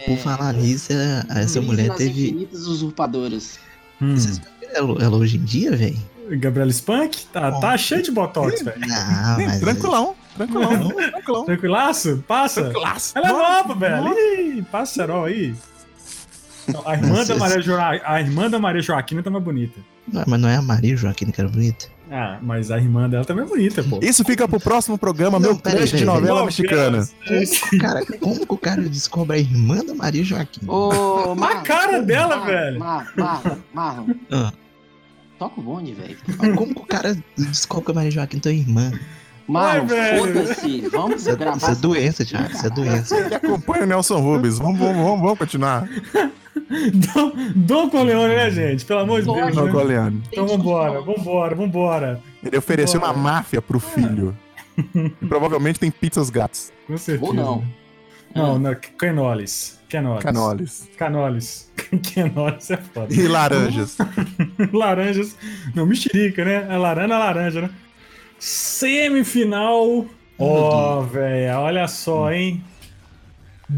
[SPEAKER 3] é,
[SPEAKER 2] por falar nisso, é- essa
[SPEAKER 3] Luiz
[SPEAKER 2] mulher
[SPEAKER 3] nas
[SPEAKER 2] teve.
[SPEAKER 3] Infinitas usurpadoras.
[SPEAKER 1] Hum.
[SPEAKER 2] Vocês viram ela, ela hoje em dia, velho?
[SPEAKER 1] Gabriela Spunk? Tá, tá cheio de botox, velho.
[SPEAKER 2] Ah,
[SPEAKER 5] Ih,
[SPEAKER 1] é
[SPEAKER 2] mas.
[SPEAKER 5] tranquilão, tranquilão, tranquilão.
[SPEAKER 1] Tranquilaço? Passa?
[SPEAKER 5] Tranquilaço.
[SPEAKER 1] Ela é nova, velho. Ih, passa cerol aí. Não, a, irmã da Maria Jo... a irmã da Maria Joaquina tá mais bonita.
[SPEAKER 2] Não, mas não é a Maria Joaquina que era bonita?
[SPEAKER 1] Ah, mas a irmã dela também é bonita, pô.
[SPEAKER 5] Isso fica pro próximo programa,
[SPEAKER 2] Não,
[SPEAKER 5] meu
[SPEAKER 2] peraí,
[SPEAKER 5] crush de
[SPEAKER 2] peraí,
[SPEAKER 5] novela
[SPEAKER 1] Pô,
[SPEAKER 5] é mexicana.
[SPEAKER 1] É
[SPEAKER 2] Cara, como que o cara descobre a irmã da Maria Joaquina?
[SPEAKER 3] Ô,
[SPEAKER 1] A cara dela,
[SPEAKER 3] Marlon,
[SPEAKER 1] velho.
[SPEAKER 3] Marlon, Marlon, Marlon.
[SPEAKER 2] Ah.
[SPEAKER 3] Toca o bonde, velho.
[SPEAKER 2] Como que o cara descobre que a Maria Joaquina é tua irmã?
[SPEAKER 3] Marlon,
[SPEAKER 1] velho.
[SPEAKER 3] foda-se. Vamos
[SPEAKER 2] Isso é,
[SPEAKER 3] gravar.
[SPEAKER 2] isso é doença, Thiago. Isso é doença.
[SPEAKER 5] Ele acompanha o Nelson Rubens. Vamos, vamos, vamos, vamos continuar.
[SPEAKER 1] Dom, Dom Corleone, né, gente? Pelo amor de
[SPEAKER 3] Lógico.
[SPEAKER 1] Deus.
[SPEAKER 5] Não,
[SPEAKER 1] Né?
[SPEAKER 5] Coleano.
[SPEAKER 1] Então vambora, vambora, vambora.
[SPEAKER 5] Ele ofereceu uma
[SPEAKER 1] Bora.
[SPEAKER 5] máfia pro filho. E provavelmente tem pizzas grátis.
[SPEAKER 1] Com certeza.
[SPEAKER 3] Ou não.
[SPEAKER 1] Não, não, Canoles. Canoles.
[SPEAKER 5] Canoles.
[SPEAKER 1] Canoles. Canoles é foda.
[SPEAKER 5] E laranjas.
[SPEAKER 1] Laranjas. Não, mexerica, né? A laranja, a laranja, né? Semifinal. Ó, velho, olha só, hein?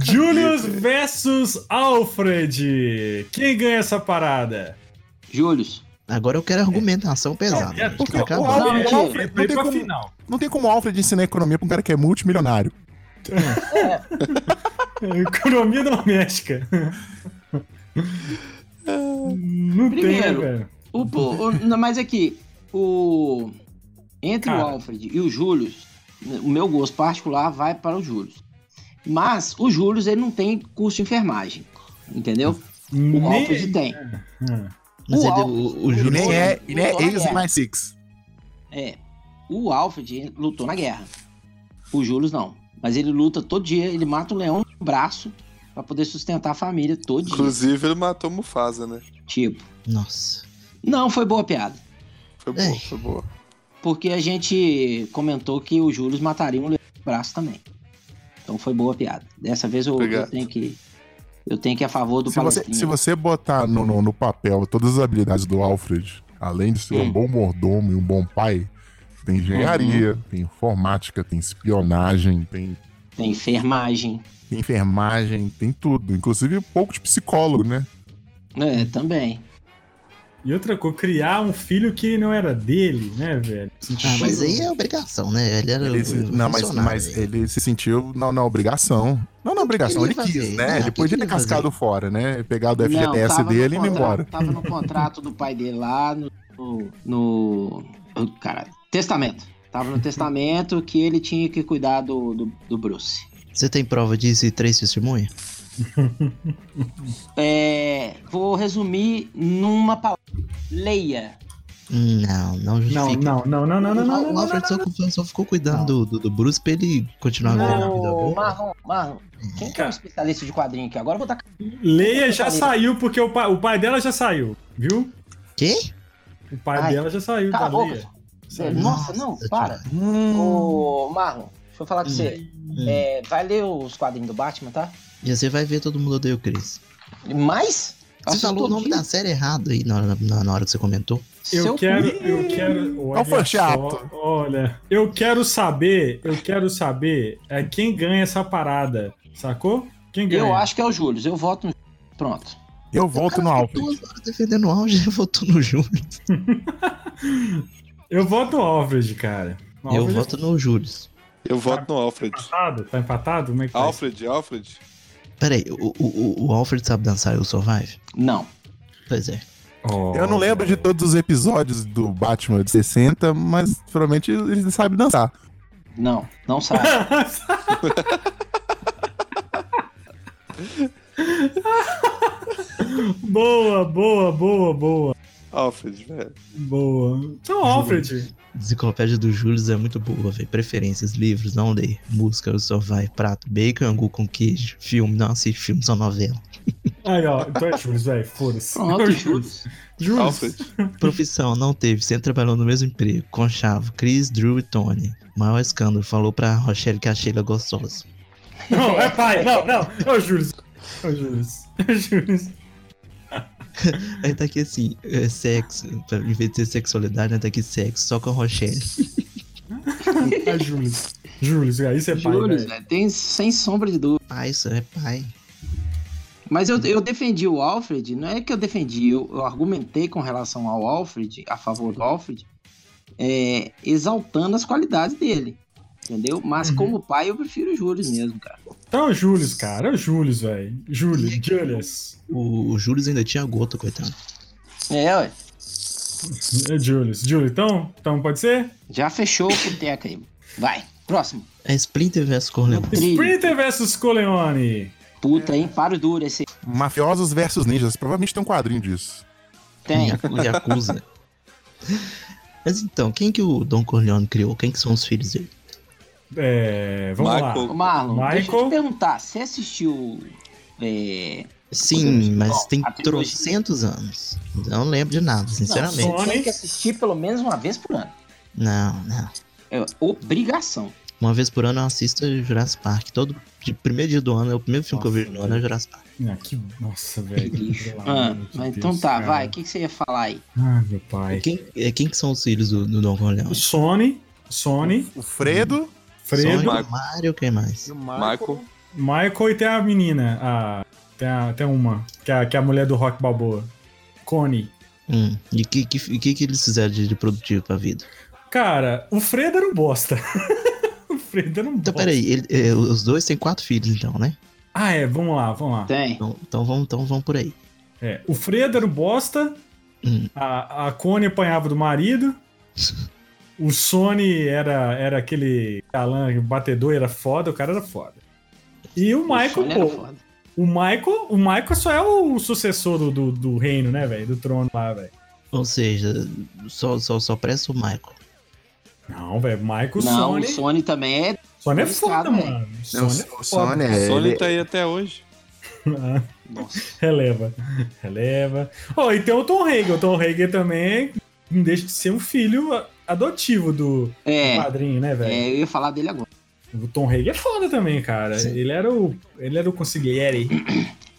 [SPEAKER 1] Julius versus Alfred. Quem ganha essa parada?
[SPEAKER 3] Júlio.
[SPEAKER 2] Agora eu quero argumentação pesada.
[SPEAKER 1] é, porque
[SPEAKER 2] Tá
[SPEAKER 1] o
[SPEAKER 2] acabando.
[SPEAKER 1] Alfred, o
[SPEAKER 3] mentira.
[SPEAKER 5] Não,
[SPEAKER 1] Alfred
[SPEAKER 5] Não
[SPEAKER 1] foi
[SPEAKER 5] tem
[SPEAKER 1] pra
[SPEAKER 5] como-
[SPEAKER 1] final.
[SPEAKER 5] Não tem como o Alfred ensinar economia pra um cara que é multimilionário.
[SPEAKER 1] Economia doméstica. Não tem, né,
[SPEAKER 3] Primeiro.
[SPEAKER 1] velho?
[SPEAKER 3] O, o, o- não, mas aqui, o. Entre
[SPEAKER 1] Cara.
[SPEAKER 3] o Alfred e o Júlio, o meu gosto particular vai para o Júlio. Mas o Júlio, ele não tem curso de enfermagem. Entendeu? O Alfred
[SPEAKER 1] Nem...
[SPEAKER 3] tem.
[SPEAKER 1] Ah,
[SPEAKER 2] Mas
[SPEAKER 3] O
[SPEAKER 2] ele-
[SPEAKER 3] Al-
[SPEAKER 2] o, o
[SPEAKER 5] E
[SPEAKER 2] Júlio
[SPEAKER 5] nem é, e nem é
[SPEAKER 3] Não é.
[SPEAKER 5] ex mais six.
[SPEAKER 3] É. O Alfred lutou na guerra. O Júlio não. Mas ele luta todo dia, ele mata um leão no braço pra poder sustentar a família todo dia.
[SPEAKER 4] Inclusive, ele matou Mufasa, né?
[SPEAKER 3] Tipo.
[SPEAKER 2] Nossa.
[SPEAKER 3] Não, foi boa piada.
[SPEAKER 4] Foi boa,
[SPEAKER 2] Ei.
[SPEAKER 4] foi boa.
[SPEAKER 3] Porque a gente comentou que o Júlio mataria um leão no braço também. Então foi boa piada. Dessa vez eu,
[SPEAKER 4] Obrigado.
[SPEAKER 3] eu tenho que. Eu tenho que ir a favor do
[SPEAKER 5] Se você,
[SPEAKER 3] Palestrinha.
[SPEAKER 5] se você botar no, no, no papel todas as habilidades do Alfred, além de ser um
[SPEAKER 3] Hum.
[SPEAKER 5] bom mordomo e um bom pai, tem engenharia,
[SPEAKER 2] Uhum.
[SPEAKER 5] tem informática, tem espionagem, tem,
[SPEAKER 3] Tem enfermagem.
[SPEAKER 5] tem enfermagem, tem tudo. Inclusive um pouco de psicólogo, né?
[SPEAKER 3] É, também.
[SPEAKER 1] E outra coisa, criar um filho que não era dele, né, velho?
[SPEAKER 2] Ah, mas aí é obrigação, né? Ele era.
[SPEAKER 5] Ele se-
[SPEAKER 2] o- o
[SPEAKER 5] não, mas,
[SPEAKER 2] funcionário, é.
[SPEAKER 5] mas
[SPEAKER 2] velho.
[SPEAKER 5] ele se sentiu na, na obrigação. Não na obrigação, ele
[SPEAKER 2] queria
[SPEAKER 5] quis,
[SPEAKER 2] fazer,
[SPEAKER 5] né?
[SPEAKER 2] né?
[SPEAKER 5] Ele
[SPEAKER 2] O que
[SPEAKER 5] podia ter
[SPEAKER 2] queria fazer?
[SPEAKER 5] cascado fora, né? Pegado o
[SPEAKER 3] Não,
[SPEAKER 5] FGTS
[SPEAKER 3] tava no
[SPEAKER 5] dele e ido
[SPEAKER 3] contrato-
[SPEAKER 5] embora.
[SPEAKER 3] Tava no contrato do pai dele lá no. no, no- oh, caralho. Testamento. Tava no testamento que ele tinha que cuidar do, do, do Bruce.
[SPEAKER 2] Você tem prova disso e três testemunhas?
[SPEAKER 3] É, vou resumir numa palavra. Leia.
[SPEAKER 2] Não, não
[SPEAKER 1] Não,
[SPEAKER 2] justifica.
[SPEAKER 1] não, não, não, não, não, não, não,
[SPEAKER 2] o
[SPEAKER 1] não,
[SPEAKER 2] Alfred só, ficou- só ficou cuidando do, do, do Bruce pra ele continuar vivendo a vida Hum.
[SPEAKER 3] Não,
[SPEAKER 2] boa.
[SPEAKER 3] Marlon, Marlon. Quem que é o especialista de quadrinho aqui? Agora eu vou dar.
[SPEAKER 1] Leia já saiu, porque o pai, o pai dela já saiu, viu?
[SPEAKER 2] Quê?
[SPEAKER 1] O pai
[SPEAKER 3] Ai,
[SPEAKER 1] dela já saiu
[SPEAKER 3] Cala
[SPEAKER 1] da
[SPEAKER 3] a boca.
[SPEAKER 1] Leia.
[SPEAKER 3] Fábio. Nossa, não,
[SPEAKER 2] Nossa, é Hum.
[SPEAKER 3] para. Ô, Marlon, deixa eu falar com você. É, vai ler os quadrinhos do Batman, tá?
[SPEAKER 2] E você vai ver todo mundo odeia o Chris.
[SPEAKER 3] Mas.
[SPEAKER 2] Você falou o nome da série errado aí na, hora- na, na hora que você comentou.
[SPEAKER 1] Eu quero, eu quero. Olha
[SPEAKER 5] foi chato.
[SPEAKER 1] só, olha, eu quero saber, eu quero saber é, quem ganha essa parada, sacou? Quem ganha?
[SPEAKER 3] Eu acho que é o Júlio. Eu voto no. Pronto.
[SPEAKER 5] Eu volto no Alfred.
[SPEAKER 2] Duas horas defendendo o Alfred e votou no Júlio.
[SPEAKER 1] Eu voto no Alfred, cara. O
[SPEAKER 2] Eu
[SPEAKER 1] Alfred
[SPEAKER 2] voto no Júlio.
[SPEAKER 4] Eu voto no Alfred.
[SPEAKER 1] Tá empatado? Tá empatado? Como é que tá?
[SPEAKER 4] Alfred, Alfred.
[SPEAKER 2] Peraí, o, o, o- o Alfred sabe dançar e o Survive?
[SPEAKER 3] Não.
[SPEAKER 2] Pois é.
[SPEAKER 1] Oh.
[SPEAKER 5] Eu não lembro de todos os episódios do Batman de 60, mas provavelmente ele sabe dançar.
[SPEAKER 3] Não, não sabe.
[SPEAKER 1] Boa, boa, boa, boa.
[SPEAKER 4] Alfred, velho.
[SPEAKER 1] Boa. Então, Alfred.
[SPEAKER 2] Enciclopédia do Július é muito boa, velho. Preferências, livros, não lê. Música, eu só vai. Prato, bacon, angu com queijo. Filme, não assiste filme, só novela.
[SPEAKER 1] Aí, ó. Então é Júlio, velho. Foda-se.
[SPEAKER 3] Pronto, Júlio.
[SPEAKER 4] Hum.
[SPEAKER 1] Júlio.
[SPEAKER 4] Alfred.
[SPEAKER 2] Profissão, não teve. Sempre trabalhou no mesmo emprego. Conchavo, Chris, Drew e Tony. Maior escândalo, falou pra Rochelle que a Sheila é gostosa.
[SPEAKER 1] Não, é pai. Não, não. É o Júlio. É o Júlio. É o Júlio.
[SPEAKER 2] Aí tá aqui assim, é sexo. Pra, em vez de ser sexualidade, né, tá aqui sexo, só com a Rochelle.
[SPEAKER 1] É Júlio. Júlio, aí você é pai,
[SPEAKER 3] Júlio,
[SPEAKER 1] velho.
[SPEAKER 3] velho, tem sem sombra de dúvida.
[SPEAKER 2] Pai, isso é pai.
[SPEAKER 3] Mas eu, eu defendi o Alfred, não é que eu defendi, eu, eu argumentei com relação ao Alfred, a favor do Alfred, é, exaltando as qualidades dele. Entendeu? Mas
[SPEAKER 1] Uhum.
[SPEAKER 3] como pai, eu prefiro o Júlio mesmo, cara.
[SPEAKER 1] Então é o Júlio, cara. É o Júlio, velho. Júlio, Julius.
[SPEAKER 2] O, o Júlio ainda tinha gota, coitado.
[SPEAKER 3] É, ué.
[SPEAKER 1] É Julius. Júlio, então? Então pode ser?
[SPEAKER 3] Já fechou o Futeca aí. Vai, próximo.
[SPEAKER 2] É Splinter vs Corleone.
[SPEAKER 3] Trilho.
[SPEAKER 1] Sprinter versus Coleone.
[SPEAKER 3] Puta, hein? Paro duro esse.
[SPEAKER 5] Mafiosos versus ninjas. Provavelmente tem um quadrinho disso.
[SPEAKER 3] Tem.
[SPEAKER 2] Yaku- Yakuza. Mas então, quem que o Don Corleone criou? Quem que são os filhos dele?
[SPEAKER 1] É, vamos
[SPEAKER 4] Michael.
[SPEAKER 1] lá.
[SPEAKER 3] Ô, Marlon, deixa eu
[SPEAKER 1] Michael.
[SPEAKER 3] te perguntar, você assistiu é,
[SPEAKER 2] Sim, mas
[SPEAKER 3] Bom,
[SPEAKER 2] tem
[SPEAKER 3] a trilogia.
[SPEAKER 2] trocentos anos. Eu não lembro de nada, sinceramente.
[SPEAKER 1] só-
[SPEAKER 3] Não, você tem que assistir pelo menos uma vez por ano.
[SPEAKER 2] Não, não.
[SPEAKER 3] É obrigação.
[SPEAKER 2] Uma vez por ano eu assisto Jurassic Park. Todo de primeiro dia do ano, é o primeiro filme que eu
[SPEAKER 1] Nossa,
[SPEAKER 2] vejo no ano é Jurassic Park.
[SPEAKER 1] Ah, que... Nossa, velho. Pelo
[SPEAKER 3] Ah,
[SPEAKER 1] amor de
[SPEAKER 3] mas
[SPEAKER 1] Deus,
[SPEAKER 3] então tá,
[SPEAKER 1] cara.
[SPEAKER 3] vai. O que, que você ia falar aí?
[SPEAKER 1] Ah, meu pai.
[SPEAKER 2] Quem, é, quem que são os filhos do, do Don Corleone?
[SPEAKER 1] Sony, Sony,
[SPEAKER 5] O Fredo
[SPEAKER 1] Fredo,
[SPEAKER 2] Sonic,
[SPEAKER 4] Michael.
[SPEAKER 2] Mario, quem mais?
[SPEAKER 5] e o
[SPEAKER 4] Michael.
[SPEAKER 1] Michael e tem a menina. A, tem, a, tem uma, que é, a- que é a mulher do Rock Balboa. Connie.
[SPEAKER 2] Hum, e o que, que, que, que eles fizeram de, de produtivo pra vida?
[SPEAKER 1] Cara, o Fredo era um bosta. o Fredo era um bosta.
[SPEAKER 2] Então, peraí, ele- é, os dois têm quatro filhos, então, né?
[SPEAKER 1] Ah, é, vamos lá, vamos lá.
[SPEAKER 3] Tem.
[SPEAKER 2] Então, então, vamos, então vamos por aí.
[SPEAKER 1] É, o Fredo era um bosta.
[SPEAKER 2] Hum.
[SPEAKER 1] A, a Connie apanhava do marido. O Sony era, era aquele galã batedor, era foda, o cara era foda. E o Michael,
[SPEAKER 3] Sony era
[SPEAKER 1] pô,
[SPEAKER 3] foda.
[SPEAKER 1] o Michael, o Michael só é o sucessor do, do, do reino, né, velho? Do trono lá, velho.
[SPEAKER 2] Ou seja, só, só, só presta o Michael.
[SPEAKER 1] Não, velho, Michael
[SPEAKER 3] Não,
[SPEAKER 1] Sony.
[SPEAKER 3] o Sony também é. né?
[SPEAKER 1] Sony é
[SPEAKER 3] Ele
[SPEAKER 1] foda,
[SPEAKER 3] sabe,
[SPEAKER 1] mano.
[SPEAKER 5] Não,
[SPEAKER 1] Sony é foda.
[SPEAKER 5] o Sony é.
[SPEAKER 4] Sony
[SPEAKER 5] ele-
[SPEAKER 4] tá aí até hoje.
[SPEAKER 3] Nossa.
[SPEAKER 1] Releva. Releva. Oh, e tem o Tom Hagen. O Tom Hagen também não deixa de ser um filho adotivo do
[SPEAKER 3] É,
[SPEAKER 1] padrinho, né, velho?
[SPEAKER 3] é, eu ia falar dele agora.
[SPEAKER 1] O Tom Hagen é foda também, cara.
[SPEAKER 2] Sim.
[SPEAKER 1] Ele era o. Ele era o consigliere.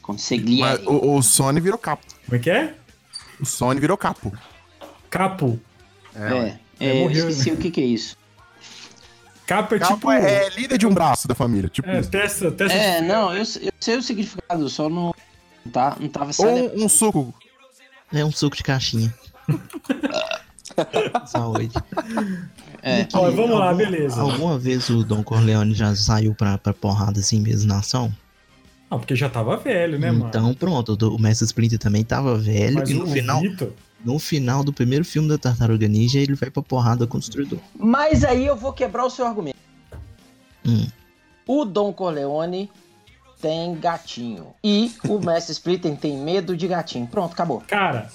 [SPEAKER 3] Consegui.
[SPEAKER 5] mas o, o Sony virou capo.
[SPEAKER 1] Como é que é?
[SPEAKER 5] O Sony virou capo.
[SPEAKER 1] Capo.
[SPEAKER 3] É,
[SPEAKER 1] É,
[SPEAKER 3] é, eu
[SPEAKER 1] morreu,
[SPEAKER 3] esqueci o que, que é isso.
[SPEAKER 1] Capo é
[SPEAKER 5] Capo
[SPEAKER 1] tipo. É,
[SPEAKER 5] é, é líder de um braço da família. Tipo, isso.
[SPEAKER 1] testa, testa.
[SPEAKER 3] É, não, eu, eu sei o significado, eu só não. Tá, não tava celebrando.
[SPEAKER 5] ou um suco.
[SPEAKER 2] É um suco de caixinha. Saúde.
[SPEAKER 3] É.
[SPEAKER 1] Ó, vamos lá, beleza.
[SPEAKER 2] Alguma vez o Don Corleone já saiu pra, pra porrada assim mesmo na ação?
[SPEAKER 1] Não, Ah, porque já tava velho, né, mano?
[SPEAKER 2] então pronto, o do- o Mestre Splinter também tava velho.
[SPEAKER 1] Mas
[SPEAKER 2] e no
[SPEAKER 1] o
[SPEAKER 2] final,
[SPEAKER 1] Vitor.
[SPEAKER 2] no final do primeiro filme da Tartaruga Ninja, ele vai pra porrada com o Destruidor.
[SPEAKER 3] Mas aí eu vou quebrar o seu argumento.
[SPEAKER 2] Hum.
[SPEAKER 3] O Don Corleone tem gatinho. E o Mestre Splitter tem medo de gatinho. Pronto, acabou.
[SPEAKER 1] Cara,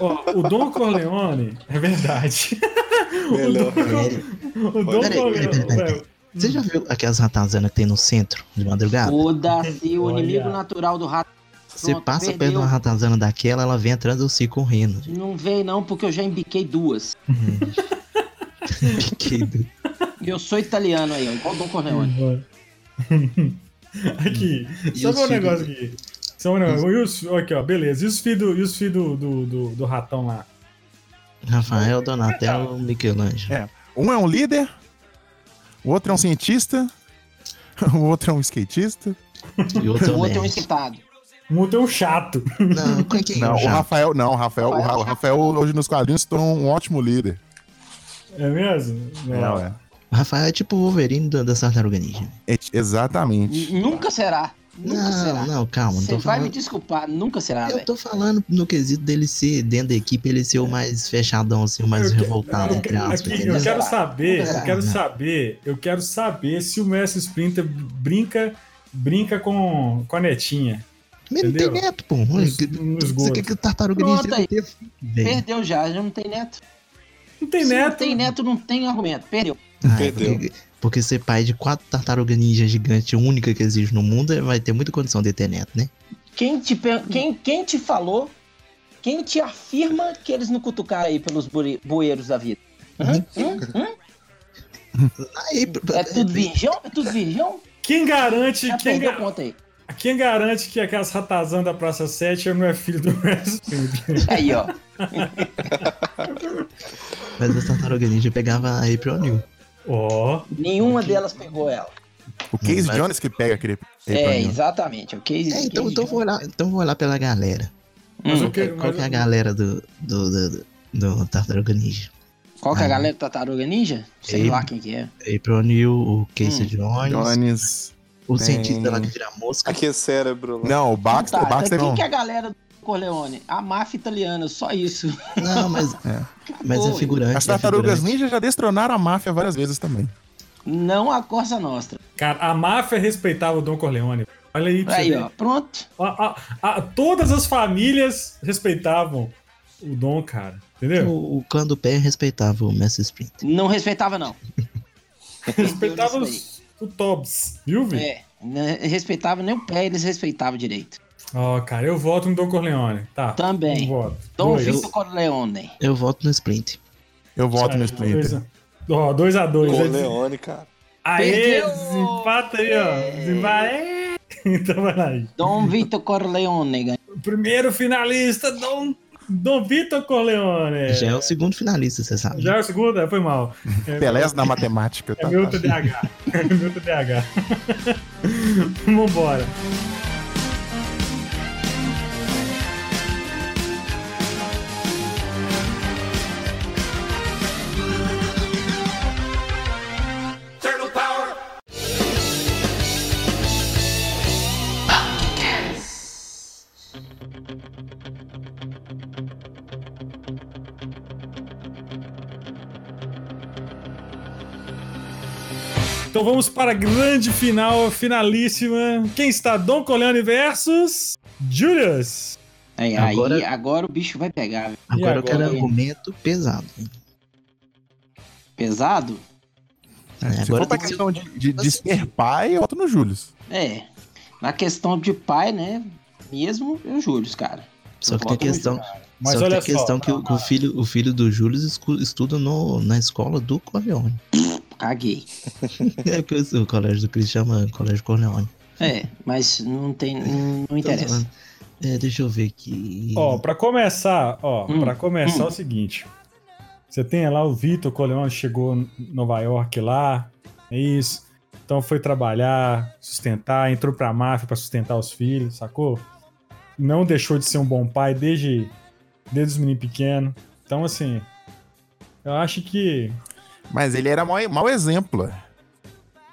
[SPEAKER 1] ó, o Don Corleone. É verdade.
[SPEAKER 4] Melhor.
[SPEAKER 1] O Don
[SPEAKER 2] Peraí, peraí, peraí,
[SPEAKER 1] Corleone. é
[SPEAKER 2] peraí.
[SPEAKER 1] velho.
[SPEAKER 2] Você já viu aquelas ratazanas que tem no centro de madrugada?
[SPEAKER 3] Foda-se, o
[SPEAKER 1] Olha.
[SPEAKER 3] inimigo natural do rato.
[SPEAKER 2] Você
[SPEAKER 3] Pronto,
[SPEAKER 2] passa perto de
[SPEAKER 3] perdeu.
[SPEAKER 2] uma ratazana daquela, ela vem atrás de você correndo.
[SPEAKER 3] Não vem não, porque eu já embiquei duas.
[SPEAKER 2] Que do-
[SPEAKER 3] E eu sou italiano aí, ó, igual o Don Corleone.
[SPEAKER 1] Aqui.
[SPEAKER 2] E
[SPEAKER 1] Só
[SPEAKER 2] os
[SPEAKER 1] ver um
[SPEAKER 2] filhos?
[SPEAKER 1] negócio aqui. Só um negócio. E os- Aqui, ó, beleza. E os filhos do, e os filhos do, do, do, do ratão lá?
[SPEAKER 2] Rafael, Donatello, Michelangelo.
[SPEAKER 5] Um é um líder, o outro é um cientista, o outro é um skatista.
[SPEAKER 2] E outro é
[SPEAKER 3] O
[SPEAKER 2] o
[SPEAKER 3] outro é um
[SPEAKER 2] nerd.
[SPEAKER 3] excitado.
[SPEAKER 1] O Muto é um chato.
[SPEAKER 2] Não, quem que é
[SPEAKER 5] Não,
[SPEAKER 2] o
[SPEAKER 5] o
[SPEAKER 2] Japa?
[SPEAKER 5] Rafael, não, o Rafael, o Ra-
[SPEAKER 3] Rafael.
[SPEAKER 5] o Rafael hoje nos quadrinhos se tornou um ótimo líder.
[SPEAKER 1] É mesmo?
[SPEAKER 5] Não, é.
[SPEAKER 2] O Rafael é tipo o Wolverine da, da Tartaruga Ninja.
[SPEAKER 5] É, exatamente.
[SPEAKER 3] Nunca será. Nunca
[SPEAKER 2] Não,
[SPEAKER 3] será.
[SPEAKER 2] não, calma. Não
[SPEAKER 3] Você
[SPEAKER 2] tô
[SPEAKER 3] vai me
[SPEAKER 2] falando...
[SPEAKER 3] desculpar, nunca será,
[SPEAKER 2] Eu
[SPEAKER 3] velho. É.
[SPEAKER 2] tô falando no quesito dele ser, dentro da equipe, ele ser o mais fechadão, assim, o mais
[SPEAKER 1] Eu que-
[SPEAKER 2] revoltado,
[SPEAKER 1] eu,
[SPEAKER 2] entre aspas,
[SPEAKER 1] aqui,
[SPEAKER 2] entendeu?
[SPEAKER 1] eu quero saber, eu
[SPEAKER 3] Não.
[SPEAKER 1] quero saber, eu quero saber se o Mestre Splinter brinca, brinca com, com a netinha.
[SPEAKER 2] Mas não tem
[SPEAKER 1] entendeu?
[SPEAKER 2] neto, pô.
[SPEAKER 1] No,
[SPEAKER 2] Olha,
[SPEAKER 1] es-
[SPEAKER 2] que-
[SPEAKER 1] no
[SPEAKER 2] Você
[SPEAKER 1] esgoto.
[SPEAKER 2] quer que o tartaruga ninja
[SPEAKER 3] Pronto aí.
[SPEAKER 2] tenha filho, velho?
[SPEAKER 3] Perdeu já, já não tem neto.
[SPEAKER 1] Não tem
[SPEAKER 3] Se
[SPEAKER 1] neto.
[SPEAKER 3] Não tem neto, não tem argumento. Perdeu.
[SPEAKER 2] Ah,
[SPEAKER 4] Perdeu.
[SPEAKER 2] Porque, porque ser pai de quatro tartarugas ninja gigante, a única que existe no mundo, é- vai ter muita condição de ter neto, né?
[SPEAKER 3] Quem te, pe- quem, quem te falou, quem te afirma que eles não cutucaram aí pelos buri- bueiros da vida? Hum? Hum? Hum?
[SPEAKER 2] Aí,
[SPEAKER 3] É tudo virgão? É tudo virgão?
[SPEAKER 1] Quem garante,
[SPEAKER 3] Já
[SPEAKER 1] quem,
[SPEAKER 3] perdeu
[SPEAKER 1] ga-
[SPEAKER 3] conta aí.
[SPEAKER 1] quem garante que aquelas ratazãs da Praça 7 não é filho do Mestre Splinter?
[SPEAKER 3] Aí, ó.
[SPEAKER 2] Mas as tartarugas ninja pegava a April O'Neil.
[SPEAKER 1] Ó,
[SPEAKER 3] Nenhuma delas pegou ela.
[SPEAKER 5] O Case
[SPEAKER 2] Mas-
[SPEAKER 5] Jones que pega aquele.
[SPEAKER 3] É, exatamente. O Casey.
[SPEAKER 2] É, então,
[SPEAKER 3] Casey
[SPEAKER 2] então, vou olhar, então vou olhar pela galera.
[SPEAKER 1] mas
[SPEAKER 3] Hum.
[SPEAKER 1] eu quero.
[SPEAKER 2] Qual
[SPEAKER 1] mas
[SPEAKER 2] que é
[SPEAKER 5] um.
[SPEAKER 2] a
[SPEAKER 1] eu-
[SPEAKER 2] galera do, do, do, do- do tartaruga ninja?
[SPEAKER 3] Qual
[SPEAKER 2] Ah.
[SPEAKER 3] que é a galera do Tartaruga Ninja? Sei
[SPEAKER 2] Ele.
[SPEAKER 3] lá quem que é.
[SPEAKER 2] April O'Neil, o Casey
[SPEAKER 3] Hum,
[SPEAKER 2] Jones,
[SPEAKER 5] Jones.
[SPEAKER 2] o
[SPEAKER 5] tem-
[SPEAKER 2] cientista lá que vira mosca.
[SPEAKER 4] Aqui é cérebro. lá.
[SPEAKER 5] Não, o Baxter,
[SPEAKER 3] Tá,
[SPEAKER 5] Baxter
[SPEAKER 3] então quem
[SPEAKER 5] não.
[SPEAKER 3] que é a galera do Corleone? A máfia italiana, só isso.
[SPEAKER 2] Não, mas, mas é
[SPEAKER 3] Oi.
[SPEAKER 2] figurante.
[SPEAKER 5] As
[SPEAKER 2] é
[SPEAKER 5] tartarugas
[SPEAKER 2] figurante.
[SPEAKER 5] ninja já destronaram a máfia várias vezes também.
[SPEAKER 3] Não a Corsa Nostra.
[SPEAKER 1] Cara, a máfia respeitava o Dom Corleone. Olha aí pra você
[SPEAKER 3] Aí,
[SPEAKER 1] ver.
[SPEAKER 3] ó. Pronto.
[SPEAKER 1] A- a- a- todas as famílias respeitavam o Dom, cara. Entendeu?
[SPEAKER 2] O, o clã do pé respeitava o Mestre Sprint.
[SPEAKER 3] Não respeitava, não.
[SPEAKER 1] Respeitava
[SPEAKER 3] Perdeu nisso
[SPEAKER 1] os, o Tobbs, viu,
[SPEAKER 3] aí.
[SPEAKER 1] velho?
[SPEAKER 3] É. né, Respeitava nem o pé, eles respeitavam direito.
[SPEAKER 1] Ó, cara, eu voto no Dom Corleone. Tá.
[SPEAKER 3] Também.
[SPEAKER 1] Eu voto.
[SPEAKER 3] Dom
[SPEAKER 1] Dois.
[SPEAKER 3] Vitor Corleone.
[SPEAKER 2] Eu voto no Sprint.
[SPEAKER 5] Eu voto no
[SPEAKER 1] Ah, dois
[SPEAKER 5] Splinter.
[SPEAKER 1] a- Ó, 2x2. Dois
[SPEAKER 4] Com o Leone, cara.
[SPEAKER 1] Aê,
[SPEAKER 3] Perdeu!
[SPEAKER 1] desempata aí, ó. Desempata. Aê! Então vai lá aí.
[SPEAKER 3] Dom Vitor Corleone ganhou.
[SPEAKER 1] O Primeiro finalista, Dom, Dom Vitor Corleone.
[SPEAKER 2] Já é o segundo finalista, você sabe.
[SPEAKER 1] Já é o segundo? É, foi mal. É,
[SPEAKER 5] Pelés na matemática.
[SPEAKER 1] É
[SPEAKER 5] tá?
[SPEAKER 1] meu TDAH. É meu TDAH. Vambora. Então vamos para a grande final, finalíssima. Quem está? Dom Corleone versus Julius.
[SPEAKER 3] Aí, aí,
[SPEAKER 2] Agora-
[SPEAKER 3] agora... o bicho vai pegar. velho.
[SPEAKER 2] Agora, eu quero
[SPEAKER 1] agora?
[SPEAKER 2] argumento pesado.
[SPEAKER 3] Pesado?
[SPEAKER 2] É,
[SPEAKER 5] assim. Se for
[SPEAKER 2] agora
[SPEAKER 5] pra
[SPEAKER 2] tem que ser um
[SPEAKER 5] questão de, de, de ser pai, eu voto no Júlio.
[SPEAKER 3] É. Na questão de pai, né? Mesmo, eu juro, os cara.
[SPEAKER 2] Só que
[SPEAKER 3] Eu
[SPEAKER 2] tem
[SPEAKER 3] voto no
[SPEAKER 2] questão,
[SPEAKER 1] Mas
[SPEAKER 2] só que
[SPEAKER 1] olha
[SPEAKER 2] tem questão
[SPEAKER 1] só.
[SPEAKER 2] que o, o filho, o filho do Júlio escu- estuda no, na escola do Corleone.
[SPEAKER 3] Caguei.
[SPEAKER 2] É porque o colégio do Cris chama Colégio Corleone.
[SPEAKER 3] É, mas não tem. Não,
[SPEAKER 1] Então,
[SPEAKER 3] não interessa.
[SPEAKER 1] né?
[SPEAKER 2] É, deixa eu ver aqui.
[SPEAKER 1] Ó, pra começar, ó,
[SPEAKER 3] Hum,
[SPEAKER 1] pra começar
[SPEAKER 3] hum.
[SPEAKER 1] é o seguinte. Você tem lá o Vitor Corleone, chegou em Nova York lá, é isso. Então foi trabalhar, sustentar, entrou pra máfia pra sustentar os filhos, sacou? Não deixou de ser um bom pai desde, desde os meninos pequenos. Então, assim, eu acho que
[SPEAKER 5] Mas ele era mau, mau exemplo. é.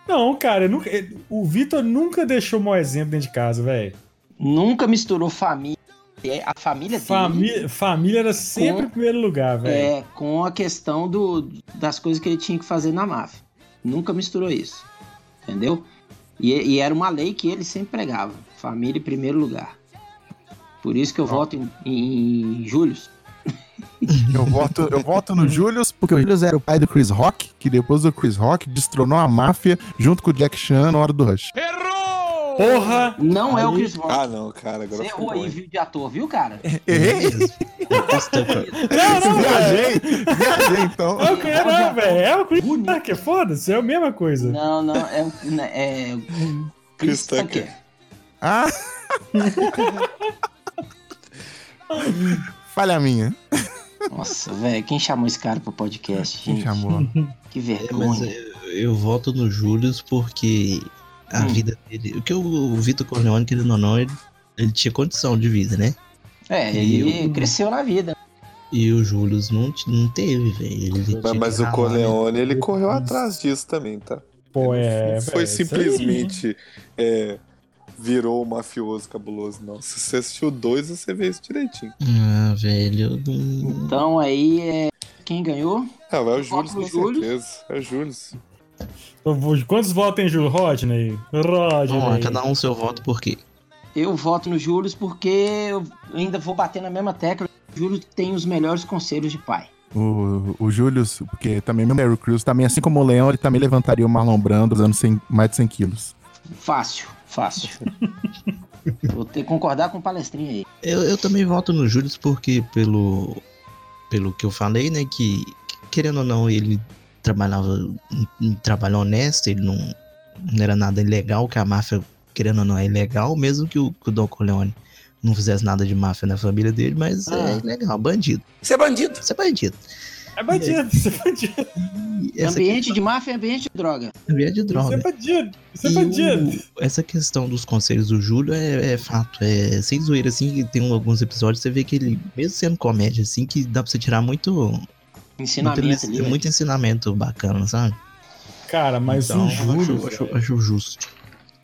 [SPEAKER 1] Não, cara, eu nunca- ele- o Vitor nunca deixou mau exemplo dentro de casa, velho.
[SPEAKER 3] Nunca misturou família. A família dele
[SPEAKER 1] Família, família era sempre
[SPEAKER 3] Com-
[SPEAKER 1] em primeiro lugar, velho.
[SPEAKER 3] é com a questão do, das coisas que ele tinha que fazer na máfia. Nunca misturou isso. Entendeu? E, e era uma lei que ele sempre pregava. Família em primeiro lugar. Por isso que eu voto em, em, em Júlio.
[SPEAKER 5] Eu voto, eu voto no Júlio porque o Júlio era o pai do Chris Rock, que depois do Chris Rock destronou a máfia junto com o Jack Chan na hora do Rush.
[SPEAKER 1] Porra!
[SPEAKER 3] Não é o
[SPEAKER 1] Aí-
[SPEAKER 3] Chris Rock.
[SPEAKER 4] Ah, não, cara.
[SPEAKER 3] Você
[SPEAKER 4] Agora
[SPEAKER 3] errou
[SPEAKER 4] ficou
[SPEAKER 3] aí,
[SPEAKER 4] ruim.
[SPEAKER 3] viu, de ator, viu, cara?
[SPEAKER 2] É
[SPEAKER 5] Errei?
[SPEAKER 1] Não, não, velho!
[SPEAKER 5] Viajei, viajei então.
[SPEAKER 1] É o que
[SPEAKER 3] Não,
[SPEAKER 1] era,
[SPEAKER 3] já-
[SPEAKER 1] velho. É o Chris
[SPEAKER 3] Bonito.
[SPEAKER 1] Tucker, foda-se, é a mesma coisa.
[SPEAKER 3] Não, não, é o. É, é,
[SPEAKER 4] Chris
[SPEAKER 3] Chris
[SPEAKER 4] Tucker.
[SPEAKER 3] Tucker.
[SPEAKER 5] Ah! Falha minha.
[SPEAKER 3] Nossa, velho, quem chamou esse cara pro podcast,
[SPEAKER 5] Quem
[SPEAKER 3] gente?
[SPEAKER 5] chamou?
[SPEAKER 3] Que
[SPEAKER 2] É, mas
[SPEAKER 3] vergonha.
[SPEAKER 2] eu, eu voto no Júlio porque a
[SPEAKER 3] Hum.
[SPEAKER 2] vida dele. O que o, o Vitor Corleone, querendo ou não, ele, ele tinha condição de vida, né?
[SPEAKER 3] É, ele cresceu na vida.
[SPEAKER 2] E o Júlio não, t- não teve, velho. Ele tinha
[SPEAKER 4] Mas, mas
[SPEAKER 2] que ralar,
[SPEAKER 4] o
[SPEAKER 1] né?
[SPEAKER 4] Corleone, ele correu atrás disso também, tá?
[SPEAKER 1] Pô, é.
[SPEAKER 4] Não foi
[SPEAKER 1] velho, isso aí,
[SPEAKER 4] simplesmente é, virou o mafioso cabuloso, não. Se você assistiu dois, você vê isso direitinho.
[SPEAKER 2] Ah, velho. eu não-
[SPEAKER 3] Então aí é. Quem ganhou?
[SPEAKER 4] Ah, é o Júlio,
[SPEAKER 3] Voto
[SPEAKER 4] com
[SPEAKER 3] do Júlio.
[SPEAKER 4] certeza. É o Júlio.
[SPEAKER 1] Então, Quantos votos tem, Júlio? Rodney? Rodney.
[SPEAKER 2] Vamos lá, cada um seu voto por quê?
[SPEAKER 3] Eu voto no Júlio porque eu ainda vou bater na mesma tecla. O Júlio tem os melhores conselhos de pai.
[SPEAKER 5] O, o Júlio, porque também mesmo o Terry Crews, também assim como o Leão, ele também levantaria o Marlon Brando usando 100 mais de 100 quilos.
[SPEAKER 3] Fácil, fácil. vou ter que concordar com o palestrinho aí.
[SPEAKER 2] Eu, eu também voto no Júlio porque pelo pelo que eu falei, né, que querendo ou não ele trabalhava um, um trabalho honesto, ele não, não era nada ilegal, que a máfia querendo ou não é ilegal, mesmo que o, que o Don Corleone não fizesse nada de máfia na família dele, mas
[SPEAKER 3] Ah.
[SPEAKER 2] é ilegal, bandido.
[SPEAKER 6] Você é bandido.
[SPEAKER 2] Isso é bandido.
[SPEAKER 1] É bandido, você é bandido,
[SPEAKER 2] E essa tá-
[SPEAKER 3] ambiente de máfia é ambiente de droga.
[SPEAKER 2] questão- ambiente de droga.
[SPEAKER 1] você é bandido, você é
[SPEAKER 2] E
[SPEAKER 1] bandido.
[SPEAKER 2] o- essa questão dos conselhos do Júlio é, é fato, é sem zoeira, assim, que tem alguns episódios, você vê que ele, mesmo sendo comédia, assim, que dá pra você tirar muito, muito,
[SPEAKER 3] Ensinamento ali. né?
[SPEAKER 2] ensi- é muito ensinamento bacana, sabe?
[SPEAKER 1] Cara, mas
[SPEAKER 2] Então,
[SPEAKER 1] o Júlio.
[SPEAKER 2] acho, acho,
[SPEAKER 1] velho,
[SPEAKER 2] acho justo.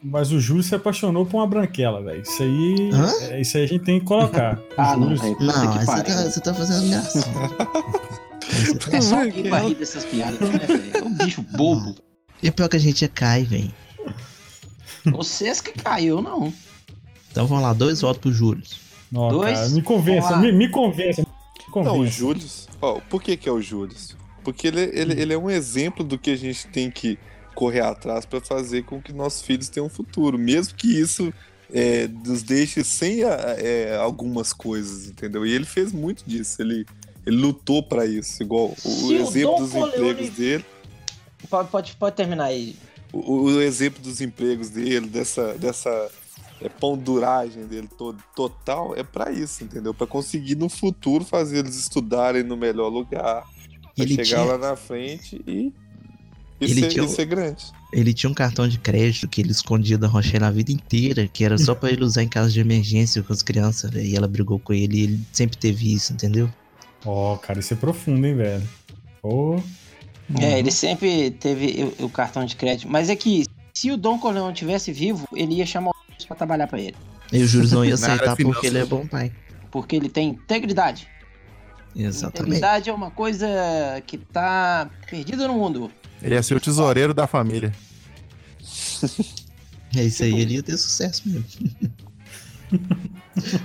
[SPEAKER 1] Mas o Júlio se apaixonou por uma branquela, velho. Isso aí.
[SPEAKER 2] Hã?
[SPEAKER 1] é, Isso aí a gente tem que colocar.
[SPEAKER 3] Ah, não,
[SPEAKER 1] Júlio-
[SPEAKER 3] velho. puta
[SPEAKER 2] Não,
[SPEAKER 3] que
[SPEAKER 2] aí você
[SPEAKER 3] pariu.
[SPEAKER 2] tá, você tá fazendo graça. tá.
[SPEAKER 3] É só alguém pra rir dessas piadas, né, velho? É um bicho bobo.
[SPEAKER 2] e o pior que a gente é cai, velho.
[SPEAKER 3] Vocês que caiu, não.
[SPEAKER 2] Então vamos lá, dois votos pro Júlio.
[SPEAKER 1] Não,
[SPEAKER 3] Dois?
[SPEAKER 1] cara, me
[SPEAKER 3] Vamos
[SPEAKER 1] convença,
[SPEAKER 3] lá.
[SPEAKER 1] me, me convença. Me convença.
[SPEAKER 4] Não, o Júlio. Ó, por que que é o Júlio? Porque ele, ele, ele é um exemplo do que a gente tem que correr atrás pra fazer com que nossos filhos tenham um futuro, mesmo que isso é, nos deixe sem a- a- é, algumas coisas, entendeu? E ele fez muito disso, ele, ele lutou pra isso, igual o,
[SPEAKER 3] Se o
[SPEAKER 4] exemplo
[SPEAKER 3] Dom
[SPEAKER 4] dos
[SPEAKER 3] Corleone-
[SPEAKER 4] empregos dele,
[SPEAKER 3] Pode, pode, pode terminar aí.
[SPEAKER 4] o, o exemplo dos empregos dele, dessa dessa é, ponduragem dele todo total é pra isso, entendeu? Pra conseguir no futuro fazer eles estudarem no melhor lugar, Pra
[SPEAKER 2] Ele
[SPEAKER 4] chegar
[SPEAKER 2] tinha-
[SPEAKER 4] lá na frente e, e,
[SPEAKER 2] Ele
[SPEAKER 4] ser,
[SPEAKER 2] tinha
[SPEAKER 4] e
[SPEAKER 2] o-
[SPEAKER 4] ser grande.
[SPEAKER 2] Ele tinha um cartão de crédito que ele escondia da Rochelle a vida inteira, que era só pra ele usar em caso de emergência com as crianças, velho. E ela brigou com ele e ele sempre teve isso, entendeu?
[SPEAKER 1] Ó, cara, isso é profundo, hein, velho. Ô,
[SPEAKER 3] É, ele sempre teve o, o cartão de crédito. Mas é que se o Dom Corleone tivesse vivo, ele ia chamar o Júlio pra trabalhar pra ele.
[SPEAKER 2] E o Júlio não ia
[SPEAKER 5] Na área
[SPEAKER 2] aceitar porque
[SPEAKER 5] financeira.
[SPEAKER 2] ele é bom pai.
[SPEAKER 3] Porque ele tem integridade.
[SPEAKER 2] Exatamente.
[SPEAKER 3] Integridade é uma coisa que tá perdida no mundo.
[SPEAKER 5] Ele ia ser o tesoureiro da família.
[SPEAKER 2] É isso aí, ele ia ter sucesso mesmo.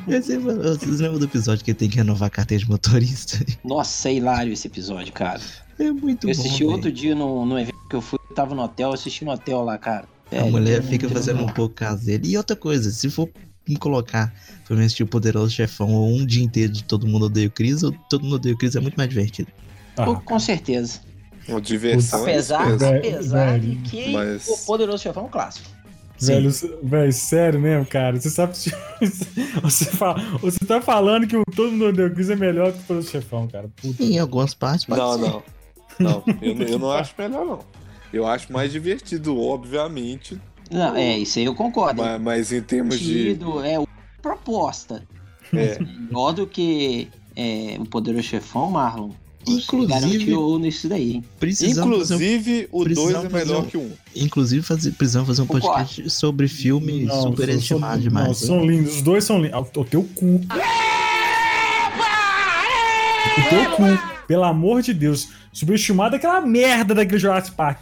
[SPEAKER 2] Eu sei, mano, Vocês lembram do episódio que ele tem que renovar a carteira de motorista?
[SPEAKER 3] Nossa, é hilário esse episódio, cara.
[SPEAKER 2] É muito
[SPEAKER 3] eu
[SPEAKER 2] bom.
[SPEAKER 3] assisti
[SPEAKER 2] velho.
[SPEAKER 3] outro dia no, no evento que eu fui, eu tava no hotel, eu assisti no hotel lá, cara.
[SPEAKER 2] A
[SPEAKER 3] Velho,
[SPEAKER 2] mulher
[SPEAKER 3] é
[SPEAKER 2] fica
[SPEAKER 3] muito
[SPEAKER 2] fazendo um
[SPEAKER 3] bom.
[SPEAKER 2] pouco caso dele. E outra coisa, se for me colocar pra mim assistir o Poderoso Chefão ou um dia inteiro de Todo Mundo Odeia o Cris, ou Todo Mundo Odeia o Cris é muito mais divertido.
[SPEAKER 1] ah,
[SPEAKER 3] Com certeza.
[SPEAKER 4] Uma diversão. é isso
[SPEAKER 3] Apesar,
[SPEAKER 4] mesmo.
[SPEAKER 1] Velho,
[SPEAKER 3] apesar
[SPEAKER 1] velho,
[SPEAKER 3] de que
[SPEAKER 4] mas-
[SPEAKER 3] o Poderoso Chefão é um clássico.
[SPEAKER 2] Sim.
[SPEAKER 1] velho, s- velho, sério mesmo, cara. Você sabe. Você, fala, você tá falando que o todo mundo odeia o Chris é melhor que o Poderoso Chefão, cara. Puta.
[SPEAKER 2] Em algumas partes pode
[SPEAKER 4] Não,
[SPEAKER 2] ser.
[SPEAKER 4] não. Não, eu, não- eu não acho melhor, não. Eu acho mais divertido, obviamente,
[SPEAKER 3] Não, é, isso aí eu concordo.
[SPEAKER 4] mas, mas em termos de.
[SPEAKER 3] Sentido, é uma proposta.
[SPEAKER 4] É,
[SPEAKER 3] Melhor do que é, o Poderoso Chefão, Marlon. Você
[SPEAKER 2] Inclusive-
[SPEAKER 3] Garantiu nisso daí.
[SPEAKER 2] Precisamos fazer um
[SPEAKER 4] inclusive, o 2
[SPEAKER 2] precisamos
[SPEAKER 4] é
[SPEAKER 2] fazer
[SPEAKER 4] melhor
[SPEAKER 2] um-
[SPEAKER 4] que o 1. Um.
[SPEAKER 2] um, inclusive fazer, precisamos fazer um
[SPEAKER 3] Concordo.
[SPEAKER 2] podcast sobre filme superestimado demais. né?
[SPEAKER 1] Não,
[SPEAKER 2] viu?
[SPEAKER 1] são lindos. Os dois são lindos. O teu cu. O teu cu. Pelo amor de Deus. Subestimado é aquela merda daquele Jurassic Park.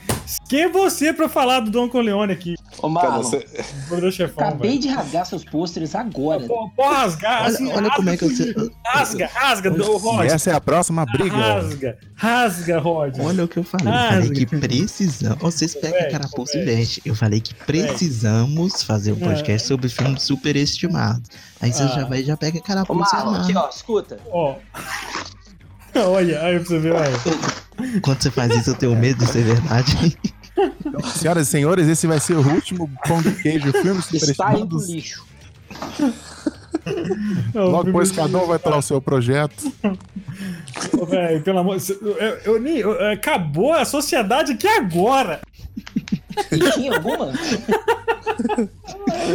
[SPEAKER 1] Quem é você pra falar do Don Corleone aqui?
[SPEAKER 3] Ô,
[SPEAKER 4] Cara,
[SPEAKER 3] Marlon,
[SPEAKER 4] você-
[SPEAKER 1] Do Poderoso Chefão,
[SPEAKER 3] acabei
[SPEAKER 1] velho.
[SPEAKER 3] de rasgar seus pôsteres agora.
[SPEAKER 1] Pô, pô, rasgar.
[SPEAKER 2] Olha,
[SPEAKER 1] assim,
[SPEAKER 2] olha como é que
[SPEAKER 1] rasga
[SPEAKER 2] você.
[SPEAKER 1] Rasga, rasga, do
[SPEAKER 5] E
[SPEAKER 1] Rod.
[SPEAKER 5] essa é a próxima briga.
[SPEAKER 1] Rasga, rasga, Rod.
[SPEAKER 2] Olha o que eu falei. Eu
[SPEAKER 1] Ah,
[SPEAKER 2] falei
[SPEAKER 1] Zé.
[SPEAKER 2] que precisamos. Vocês pegam
[SPEAKER 1] velho,
[SPEAKER 2] a carapuça
[SPEAKER 1] ô,
[SPEAKER 2] e veste. Eu falei que precisamos fazer um
[SPEAKER 3] É.
[SPEAKER 2] podcast sobre filme superestimado. Aí você
[SPEAKER 1] Ah.
[SPEAKER 2] já vai e já pega a
[SPEAKER 3] Ô,
[SPEAKER 2] carapuça. e
[SPEAKER 3] Marlon, aqui,
[SPEAKER 2] amarra.
[SPEAKER 3] ó, escuta.
[SPEAKER 1] Ó. Olha, aí pra você ver, olha.
[SPEAKER 2] Quando você faz isso, eu tenho medo de ser verdade.
[SPEAKER 5] Então, senhoras e senhores, esse vai ser o último pão de queijo filme
[SPEAKER 3] Está indo
[SPEAKER 5] superestimado.
[SPEAKER 3] lixo.
[SPEAKER 1] É
[SPEAKER 5] Logo depois cada um vai para o seu projeto.
[SPEAKER 1] Ô, velho, pelo amor. Eu, eu, eu nem. eu- eu- acabou a sociedade aqui agora.
[SPEAKER 3] E tinha alguma? Ah,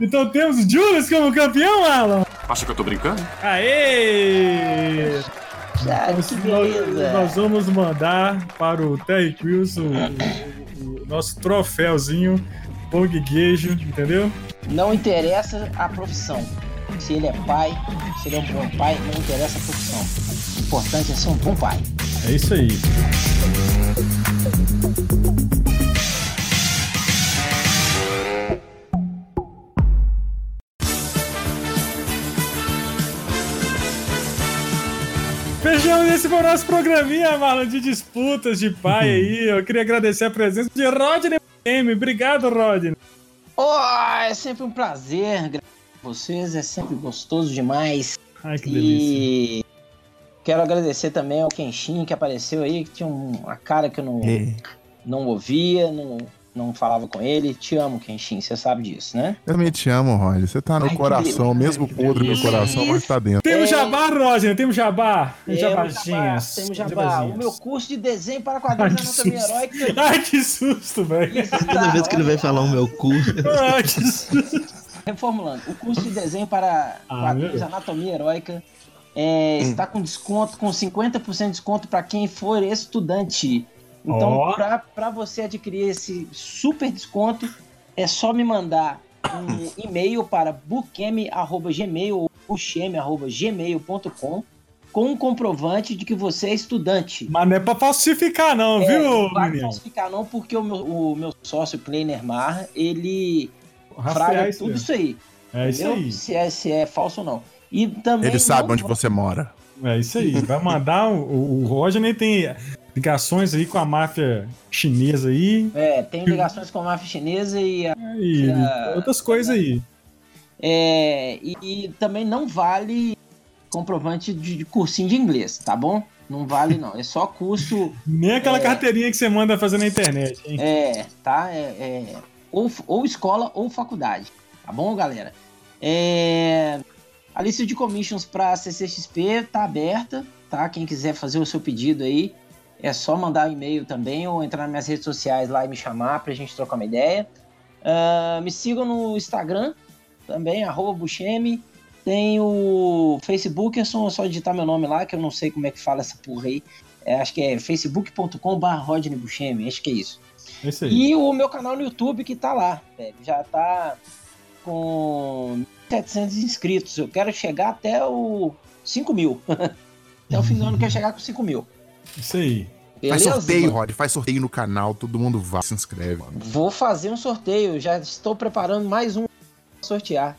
[SPEAKER 1] Então temos o Julius como campeão, Alan.
[SPEAKER 8] Acha que eu tô brincando?
[SPEAKER 1] Aê! Então,
[SPEAKER 3] Ah, que
[SPEAKER 1] Nós, nós
[SPEAKER 3] beleza.
[SPEAKER 1] vamos mandar para o Terry Crews o, o- o nosso troféuzinho pão de queijo, entendeu?
[SPEAKER 3] Não interessa a profissão. Se ele é pai, se ele é um bom pai, não interessa a profissão. O importante é ser um bom pai.
[SPEAKER 1] É isso aí. Fechamos esse foi o nosso programinha, Marlon, de disputas de pai aí. Eu queria agradecer a presença de Rodney M. Obrigado, Rodney.
[SPEAKER 3] Oh, é sempre um prazer gravar com vocês, é sempre gostoso demais.
[SPEAKER 1] Ai, que delícia.
[SPEAKER 3] E quero agradecer também ao Kenshin que apareceu aí, que tinha um- uma cara que eu não,
[SPEAKER 1] É.
[SPEAKER 3] não ouvia, não, não falava com ele. Te amo, Kenshin, você sabe disso, né?
[SPEAKER 5] Eu também te amo, Roger. Você tá no
[SPEAKER 3] Ai, que delícia,
[SPEAKER 5] coração, mesmo
[SPEAKER 1] que
[SPEAKER 5] podre no
[SPEAKER 1] delícia.
[SPEAKER 5] coração, mas tá dentro.
[SPEAKER 1] Temos jabá, Rodney, temos jabá. Temos
[SPEAKER 3] é. Temos um jabá,
[SPEAKER 1] jabazinhas.
[SPEAKER 3] temos jabá. O meu curso de desenho para quadrinhos da anatomia
[SPEAKER 1] Ai, que
[SPEAKER 3] heróica.
[SPEAKER 1] susto. Ai, que susto, velho.
[SPEAKER 3] Isso
[SPEAKER 2] Toda
[SPEAKER 3] tá
[SPEAKER 2] vez que ele vai
[SPEAKER 3] ótimo.
[SPEAKER 2] falar o meu cu,
[SPEAKER 1] Ai, que susto.
[SPEAKER 3] Tá Reformulando, o curso de desenho para
[SPEAKER 1] Ah,
[SPEAKER 3] quadrinhos
[SPEAKER 1] meu.
[SPEAKER 3] Anatomia Heróica é, está com desconto, com 50% de desconto para quem for estudante. Então,
[SPEAKER 1] Ó.
[SPEAKER 3] pra para você adquirir esse super desconto, é só me mandar um e-mail para bookm.gmail ou buxm.gmail.com com um comprovante de que você é estudante.
[SPEAKER 1] Mas não é pra falsificar, não,
[SPEAKER 3] É,
[SPEAKER 1] viu,
[SPEAKER 3] não vai
[SPEAKER 1] menino?
[SPEAKER 3] falsificar não, porque o meu, o meu sócio, Kleiner Marra, ele
[SPEAKER 1] Rastrear
[SPEAKER 3] fraga
[SPEAKER 1] é isso
[SPEAKER 3] tudo
[SPEAKER 1] mesmo.
[SPEAKER 3] isso aí.
[SPEAKER 1] É isso
[SPEAKER 3] Entendeu?
[SPEAKER 1] aí.
[SPEAKER 3] Se é, se é falso ou não. E também.
[SPEAKER 5] Ele sabe
[SPEAKER 3] não
[SPEAKER 5] onde
[SPEAKER 3] vão-
[SPEAKER 5] você mora.
[SPEAKER 1] É isso aí. Vai mandar. O, o, o Roger nem tem ligações aí com a máfia chinesa aí.
[SPEAKER 3] É, tem ligações com a máfia chinesa e, a-
[SPEAKER 1] E
[SPEAKER 3] É.
[SPEAKER 1] outras coisas aí.
[SPEAKER 3] é, e, e também não vale comprovante de, de cursinho de inglês, tá bom? Não vale não. É só curso.
[SPEAKER 1] Nem aquela
[SPEAKER 3] É.
[SPEAKER 1] carteirinha que você manda fazer na internet, hein?
[SPEAKER 3] É, tá? É, é, ou, ou escola ou faculdade. Tá bom, galera? É, a lista de commissions para CCXP tá aberta, tá? Quem quiser fazer o seu pedido aí, é só mandar um e-mail também ou entrar nas minhas redes sociais lá e me chamar pra gente trocar uma ideia. Ah, me sigam no Instagram também, arroba Buxeme. Tem o Facebook, é só, é só digitar meu nome lá, que eu não sei como é que fala essa porra aí. É, acho que é facebook.com.br Rodney Buscemi, acho que é isso.
[SPEAKER 1] É isso aí.
[SPEAKER 3] E o meu canal no YouTube que tá lá, velho. Já tá com 700 inscritos. Eu quero chegar até o 5 mil. até o fim do ano eu quero chegar com 5 mil.
[SPEAKER 1] é Isso aí.
[SPEAKER 5] Faz
[SPEAKER 3] Beleza?
[SPEAKER 5] sorteio, Roger. Faz sorteio no canal. Todo mundo vai. Se inscreve, mano.
[SPEAKER 3] Vou fazer um sorteio. Já estou preparando mais um pra sortear.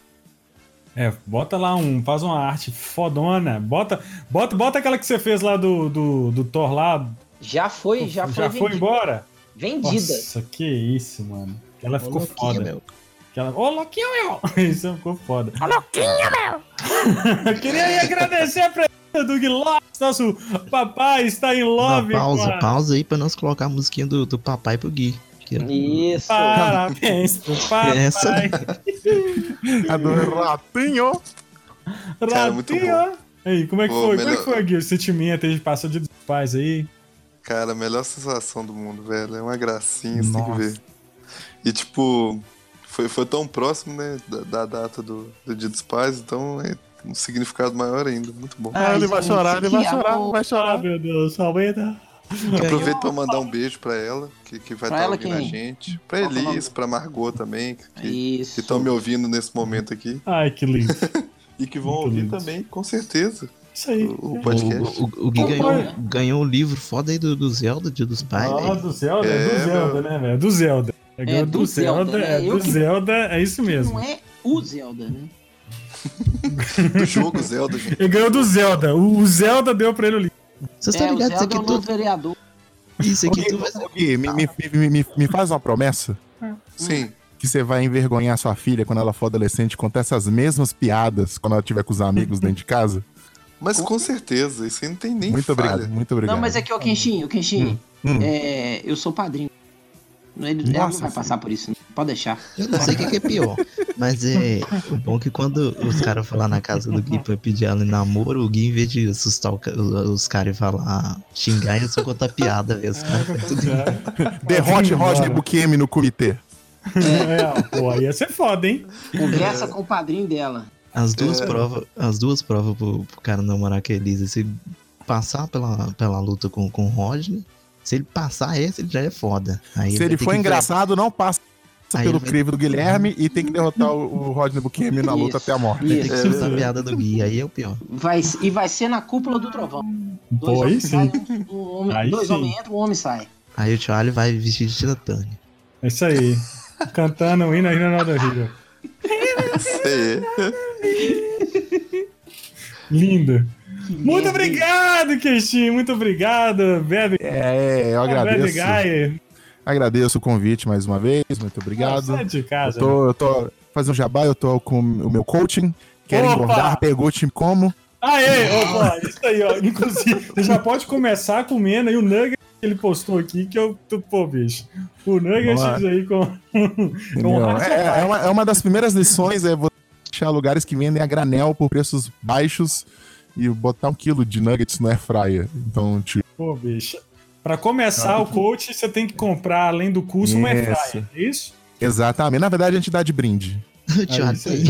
[SPEAKER 1] É, bota lá um, faz uma arte fodona. Bota, bota, bota aquela que você fez lá do, do, do Thor lá.
[SPEAKER 3] Já foi, já foi vendida.
[SPEAKER 1] foi embora?
[SPEAKER 3] Vendida.
[SPEAKER 1] Nossa, que isso, mano. Ela ficou
[SPEAKER 2] Ô, louquinho,
[SPEAKER 1] foda.
[SPEAKER 2] meu.
[SPEAKER 1] Aquela... Ô, Louquinho, meu! Isso ficou foda. Ô, Louquinho, meu! Eu queria aí agradecer a presença do Guilherme, nosso papai está em
[SPEAKER 2] Uma
[SPEAKER 1] love.
[SPEAKER 2] pausa,
[SPEAKER 1] com a-
[SPEAKER 2] pausa aí pra nós colocar a musiquinha do, do papai pro Gui. Que
[SPEAKER 3] Isso.
[SPEAKER 5] Ah,
[SPEAKER 1] Parabéns pro papai.
[SPEAKER 2] Essa-
[SPEAKER 5] A É do Ratinho.
[SPEAKER 2] é
[SPEAKER 4] Cara, muito
[SPEAKER 1] Ratinho. Aí, como é que
[SPEAKER 4] Pô,
[SPEAKER 1] foi? Como é
[SPEAKER 4] melhor-
[SPEAKER 1] que foi, Gui? O sentimento aí de passar de pais aí.
[SPEAKER 4] Cara, a melhor sensação do mundo, velho. É uma gracinha, você tem que
[SPEAKER 1] Nossa.
[SPEAKER 4] ver. E tipo, foi, foi tão próximo, né? Da, da data do, do Dia dos Pais, então é um significado maior ainda. Muito bom.
[SPEAKER 5] Ah, ele vai
[SPEAKER 3] gente,
[SPEAKER 5] chorar, ele
[SPEAKER 3] que
[SPEAKER 5] vai chorar,
[SPEAKER 3] amor.
[SPEAKER 5] vai
[SPEAKER 1] Ah,
[SPEAKER 5] chorar.
[SPEAKER 1] meu Deus, aumenta.
[SPEAKER 4] Aproveito pra mandar um beijo pra ela, que, que vai
[SPEAKER 3] Pra
[SPEAKER 4] estar
[SPEAKER 3] ela
[SPEAKER 4] ouvindo a
[SPEAKER 3] quem?
[SPEAKER 4] gente. Pra
[SPEAKER 3] Qual que é o
[SPEAKER 4] Elis, pra Margot também, que
[SPEAKER 3] Isso.
[SPEAKER 4] estão me ouvindo nesse momento aqui.
[SPEAKER 1] Ai, que lindo.
[SPEAKER 4] E que vão
[SPEAKER 1] Muito
[SPEAKER 4] ouvir
[SPEAKER 1] lindo.
[SPEAKER 4] também, com certeza,
[SPEAKER 1] Isso aí.
[SPEAKER 4] o, o podcast.
[SPEAKER 2] O, o, o Gui
[SPEAKER 3] Papai.
[SPEAKER 2] ganhou, ganhou um livro foda aí do, do Zelda, Dia dos Pais.
[SPEAKER 1] Ah,
[SPEAKER 2] velho.
[SPEAKER 1] do Zelda, é, do
[SPEAKER 4] É,
[SPEAKER 1] Zelda, né, velho? Do Zelda.
[SPEAKER 3] É, do Zelda, né?
[SPEAKER 1] é
[SPEAKER 3] Eu
[SPEAKER 1] do
[SPEAKER 3] que-
[SPEAKER 1] Zelda, é isso mesmo.
[SPEAKER 3] Não é o Zelda, né?
[SPEAKER 4] Do jogo Zelda, gente.
[SPEAKER 1] Ele ganhou do Zelda. O o Zelda deu pra ele o livro.
[SPEAKER 2] Vocês estão
[SPEAKER 3] é, o
[SPEAKER 2] ligados? Isso
[SPEAKER 3] Zelda é
[SPEAKER 2] aqui,
[SPEAKER 3] o novo
[SPEAKER 2] tudo,
[SPEAKER 3] vereador.
[SPEAKER 2] isso aqui tudo vai ser.
[SPEAKER 5] Ô, Gui, me, me, me, me- me faz uma promessa
[SPEAKER 4] Sim.
[SPEAKER 5] que você vai envergonhar sua filha quando ela for adolescente, contar essas mesmas piadas quando ela tiver com os amigos dentro de casa.
[SPEAKER 4] Mas com certeza, isso aí não tem nem
[SPEAKER 5] muito
[SPEAKER 4] falha.
[SPEAKER 5] obrigado, muito obrigado.
[SPEAKER 3] Não, mas é aqui, ó, Kenshin, o Kenshin,
[SPEAKER 5] Hum.
[SPEAKER 3] é, eu sou padrinho. Ele ela não
[SPEAKER 5] Nossa
[SPEAKER 3] vai passar por isso, né? pode deixar.
[SPEAKER 2] Eu não sei o que que é pior. Mas é. O bom é que quando os caras foram lá na casa do Gui pra pedir ela em namoro, o Gui, em vez de assustar o ca- os caras e falar, xingar, ele só contar piada, velho. Os caras ficam tudo em-
[SPEAKER 5] Derrote Rodney Buquemi no comitê.
[SPEAKER 1] É, pô, aí ia ser foda, hein?
[SPEAKER 3] Conversa com o padrinho dela.
[SPEAKER 2] As duas provas, as duas provas pro, pro cara namorar com a Elisa, se ele passar pela, pela luta com, com o Rodney, se ele passar essa, ele já é foda. Aí
[SPEAKER 5] Se
[SPEAKER 2] vai
[SPEAKER 5] ele
[SPEAKER 2] ter
[SPEAKER 5] for
[SPEAKER 2] que enfrentar-
[SPEAKER 5] engraçado, não passa passa
[SPEAKER 2] Aí
[SPEAKER 5] pelo
[SPEAKER 2] ele vai-
[SPEAKER 5] crivo do Guilherme e tem que derrotar o, o Rodney Buchemi na
[SPEAKER 3] Isso.
[SPEAKER 5] luta até a morte.
[SPEAKER 2] Vai ter que
[SPEAKER 3] Isso.
[SPEAKER 2] soltar a piada do Gui, aí é o pior.
[SPEAKER 3] Vai, e vai ser na cúpula do trovão. Dois
[SPEAKER 1] Pô, aí
[SPEAKER 3] homens
[SPEAKER 1] sim.
[SPEAKER 3] saem, um- um homem-
[SPEAKER 1] Aí
[SPEAKER 3] dois
[SPEAKER 1] sim.
[SPEAKER 3] homens entram, um homem sai.
[SPEAKER 2] Aí o Charlie vai vestido de Tiratânia.
[SPEAKER 1] É isso aí. Cantando o hino ainda nada horrível.
[SPEAKER 4] é.
[SPEAKER 1] Lindo. Muito obrigado, Kestinho. Muito obrigado, Bebe.
[SPEAKER 5] É, eu
[SPEAKER 1] Bebe
[SPEAKER 5] agradeço.
[SPEAKER 1] Gaia.
[SPEAKER 5] Agradeço o convite mais uma vez, muito obrigado.
[SPEAKER 1] Você é de
[SPEAKER 5] Eu
[SPEAKER 1] casa. né?
[SPEAKER 5] tô, eu tô fazendo jabá, eu tô com o meu coaching. Quero
[SPEAKER 1] Opa!
[SPEAKER 5] engordar, pergunte como.
[SPEAKER 1] Aê, ô, pô, é isso aí, ó. Inclusive, você já pode começar comendo aí o nugget que ele postou aqui, que eu. tô- Pô, bicho. O nugget
[SPEAKER 5] Vamos lá.
[SPEAKER 1] aí com.
[SPEAKER 5] entendeu?
[SPEAKER 1] Honrar seu
[SPEAKER 5] É,
[SPEAKER 1] pai.
[SPEAKER 5] é uma, é uma das primeiras lições, é você achar lugares que vendem a granel por preços baixos e botar um quilo de nuggets no airfryer. Então, tipo,
[SPEAKER 1] Pô, bicho. Pra começar o coach, você tem que comprar, além do curso, uma
[SPEAKER 5] Isso.
[SPEAKER 1] airfryer, é isso?
[SPEAKER 5] exatamente. Na verdade, a gente dá de brinde.
[SPEAKER 2] O Charlie
[SPEAKER 1] isso aí.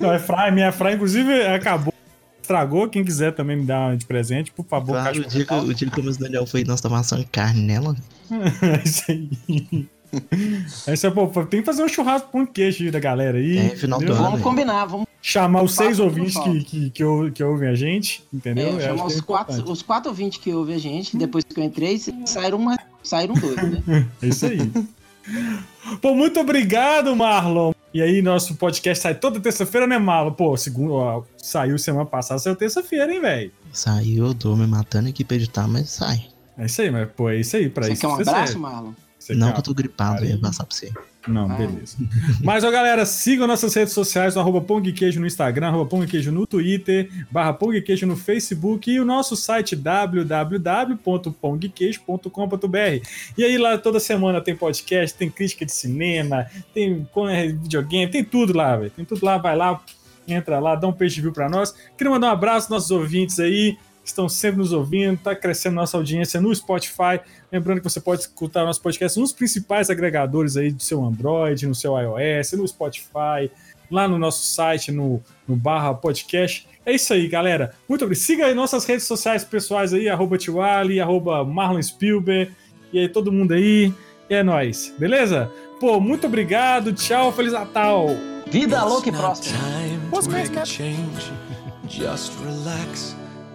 [SPEAKER 1] Não, airfryer, minha airfryer, inclusive, é, acabou. Estragou. Quem quiser também me dar de presente, por favor,
[SPEAKER 2] Claro, o dia que o dia que o Daniel foi, nós tava assando carne nela.
[SPEAKER 1] É isso aí. É isso aí, pô, tem que fazer um churrasco com queijo aí da galera aí.
[SPEAKER 2] É, final do
[SPEAKER 1] entendeu?
[SPEAKER 2] ano.
[SPEAKER 1] Vamos
[SPEAKER 2] Ah,
[SPEAKER 3] Vamos
[SPEAKER 2] velho.
[SPEAKER 3] combinar, vamos é,
[SPEAKER 1] Chamar os
[SPEAKER 3] Fato
[SPEAKER 1] seis
[SPEAKER 3] não
[SPEAKER 1] ouvintes
[SPEAKER 3] falta.
[SPEAKER 1] que, que, que, ou- que ouvem a gente, entendeu?
[SPEAKER 3] É,
[SPEAKER 1] Eu
[SPEAKER 3] chamar
[SPEAKER 1] acho que
[SPEAKER 3] os
[SPEAKER 1] é
[SPEAKER 3] quatro,
[SPEAKER 1] importante.
[SPEAKER 3] os quatro ouvintes que ouvem a gente, depois que eu entrei, saíram, uma, saíram dois, né?
[SPEAKER 1] É isso aí. Pô, muito obrigado, Marlon. E aí, nosso podcast sai toda terça-feira, né, Marlon? Pô, segundo, ó, saiu semana passada, saiu terça-feira, hein, velho?
[SPEAKER 2] Saiu, eu tô me matando aqui pra editar, mas sai.
[SPEAKER 1] É isso aí, mas, pô, é isso aí. Pra
[SPEAKER 3] Você
[SPEAKER 1] isso
[SPEAKER 3] quer um
[SPEAKER 1] que
[SPEAKER 3] abraço,
[SPEAKER 1] serve.
[SPEAKER 3] Marlon?
[SPEAKER 1] Você
[SPEAKER 2] não
[SPEAKER 1] quer um
[SPEAKER 2] que eu tô gripado, eu ia passar pra você.
[SPEAKER 1] Não,
[SPEAKER 3] Ah.
[SPEAKER 1] beleza. Mas, ó, galera, sigam nossas redes sociais, no arroba Pong Queijo no Instagram, arroba Pong Queijo no Twitter, barra Pong Queijo no Facebook e o nosso site www.pongqueijo.com.br. E aí lá toda semana tem podcast, tem crítica de cinema, tem é, videogame, tem tudo lá, velho. Tem tudo lá, vai lá, entra lá, dá um peixe view pra nós. Queria mandar um abraço aos nossos ouvintes aí, que estão sempre nos ouvindo, tá crescendo nossa audiência no Spotify. Lembrando que você pode escutar nosso podcast nos principais agregadores aí do seu Android, no seu iOS, no Spotify, lá no nosso site, no, no barra podcast. É isso aí, galera. Muito obrigado. Siga aí nossas redes sociais pessoais aí, arroba Tiwali, arroba Marlon Spielberg, e aí todo mundo aí. E é nóis, beleza? Pô, muito obrigado, tchau, Feliz Natal!
[SPEAKER 3] Vida louca e
[SPEAKER 8] It's not
[SPEAKER 3] próspera.
[SPEAKER 8] Time
[SPEAKER 5] What's
[SPEAKER 8] to
[SPEAKER 5] next,
[SPEAKER 8] make a
[SPEAKER 5] Matt?
[SPEAKER 8] change. Just relax,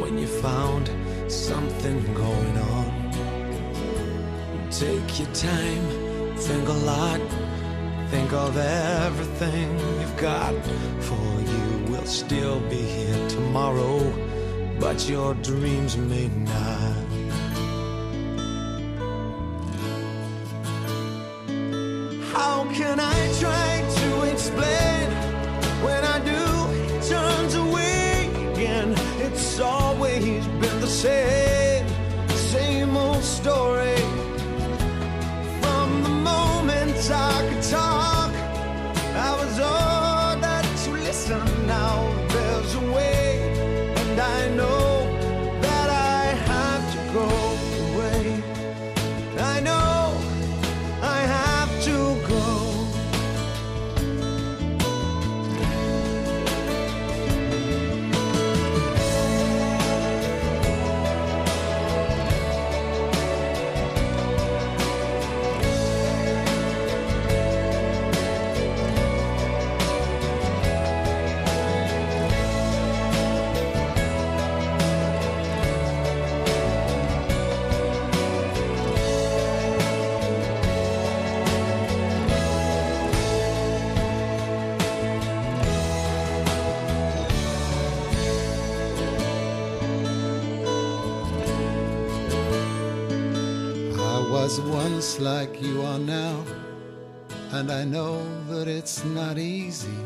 [SPEAKER 8] when you found something going on. Take your time, think a lot, think of everything you've got, for you will still be here tomorrow, but your dreams may not. How can I try to explain when I do it turns away again? It's always been the same, same old story. From the moment I could talk, I was all that you listen. Now there's a way, and I know that I have to go away. I know. I have to go. I was once like you are now, and I know that it's not easy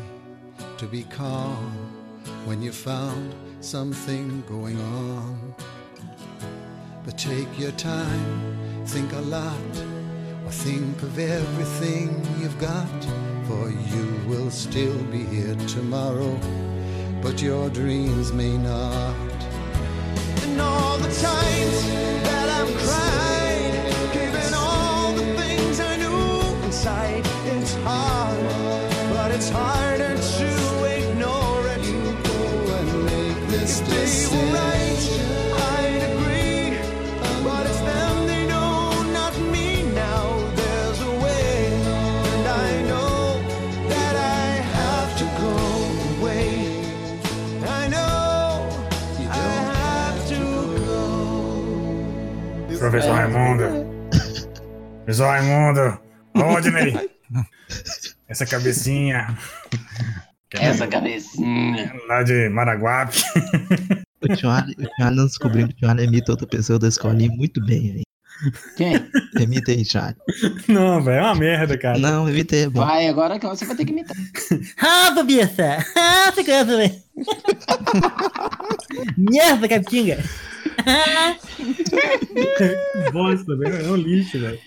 [SPEAKER 8] to be calm when you found something going on. But take your time, think a lot, or
[SPEAKER 6] Think of everything you've got, for you will still be here tomorrow, but your dreams may not.
[SPEAKER 8] And all the times that I've cried, given all the things I knew inside, it's hard, but it's harder to ignore it.
[SPEAKER 6] You go and make this
[SPEAKER 8] If they were right, I'd agree, but it's them they know, not me. Now there's a way, and I know that I have to go away. I know
[SPEAKER 6] You
[SPEAKER 8] I have to go.
[SPEAKER 9] Professor Raimundo. Professor Raimundo. Rodney. Essa cabecinha. Que é
[SPEAKER 3] Essa cabecinha.
[SPEAKER 9] Lá de Maraguape.
[SPEAKER 2] O Tioalho, o Tioalho não descobriu que o Tioalho imita outra pessoa da escolinha muito bem, velho.
[SPEAKER 3] Quem?
[SPEAKER 2] Imita aí, Tioalho.
[SPEAKER 1] Não, velho, é uma merda, cara.
[SPEAKER 2] Não, imita aí, é bom.
[SPEAKER 3] Vai, agora que você vai ter que imitar.
[SPEAKER 10] Ah, Fabiça! Ah, você conhece também! Merda, Capitinga!
[SPEAKER 1] Bosta, velho. É um lixo, velho.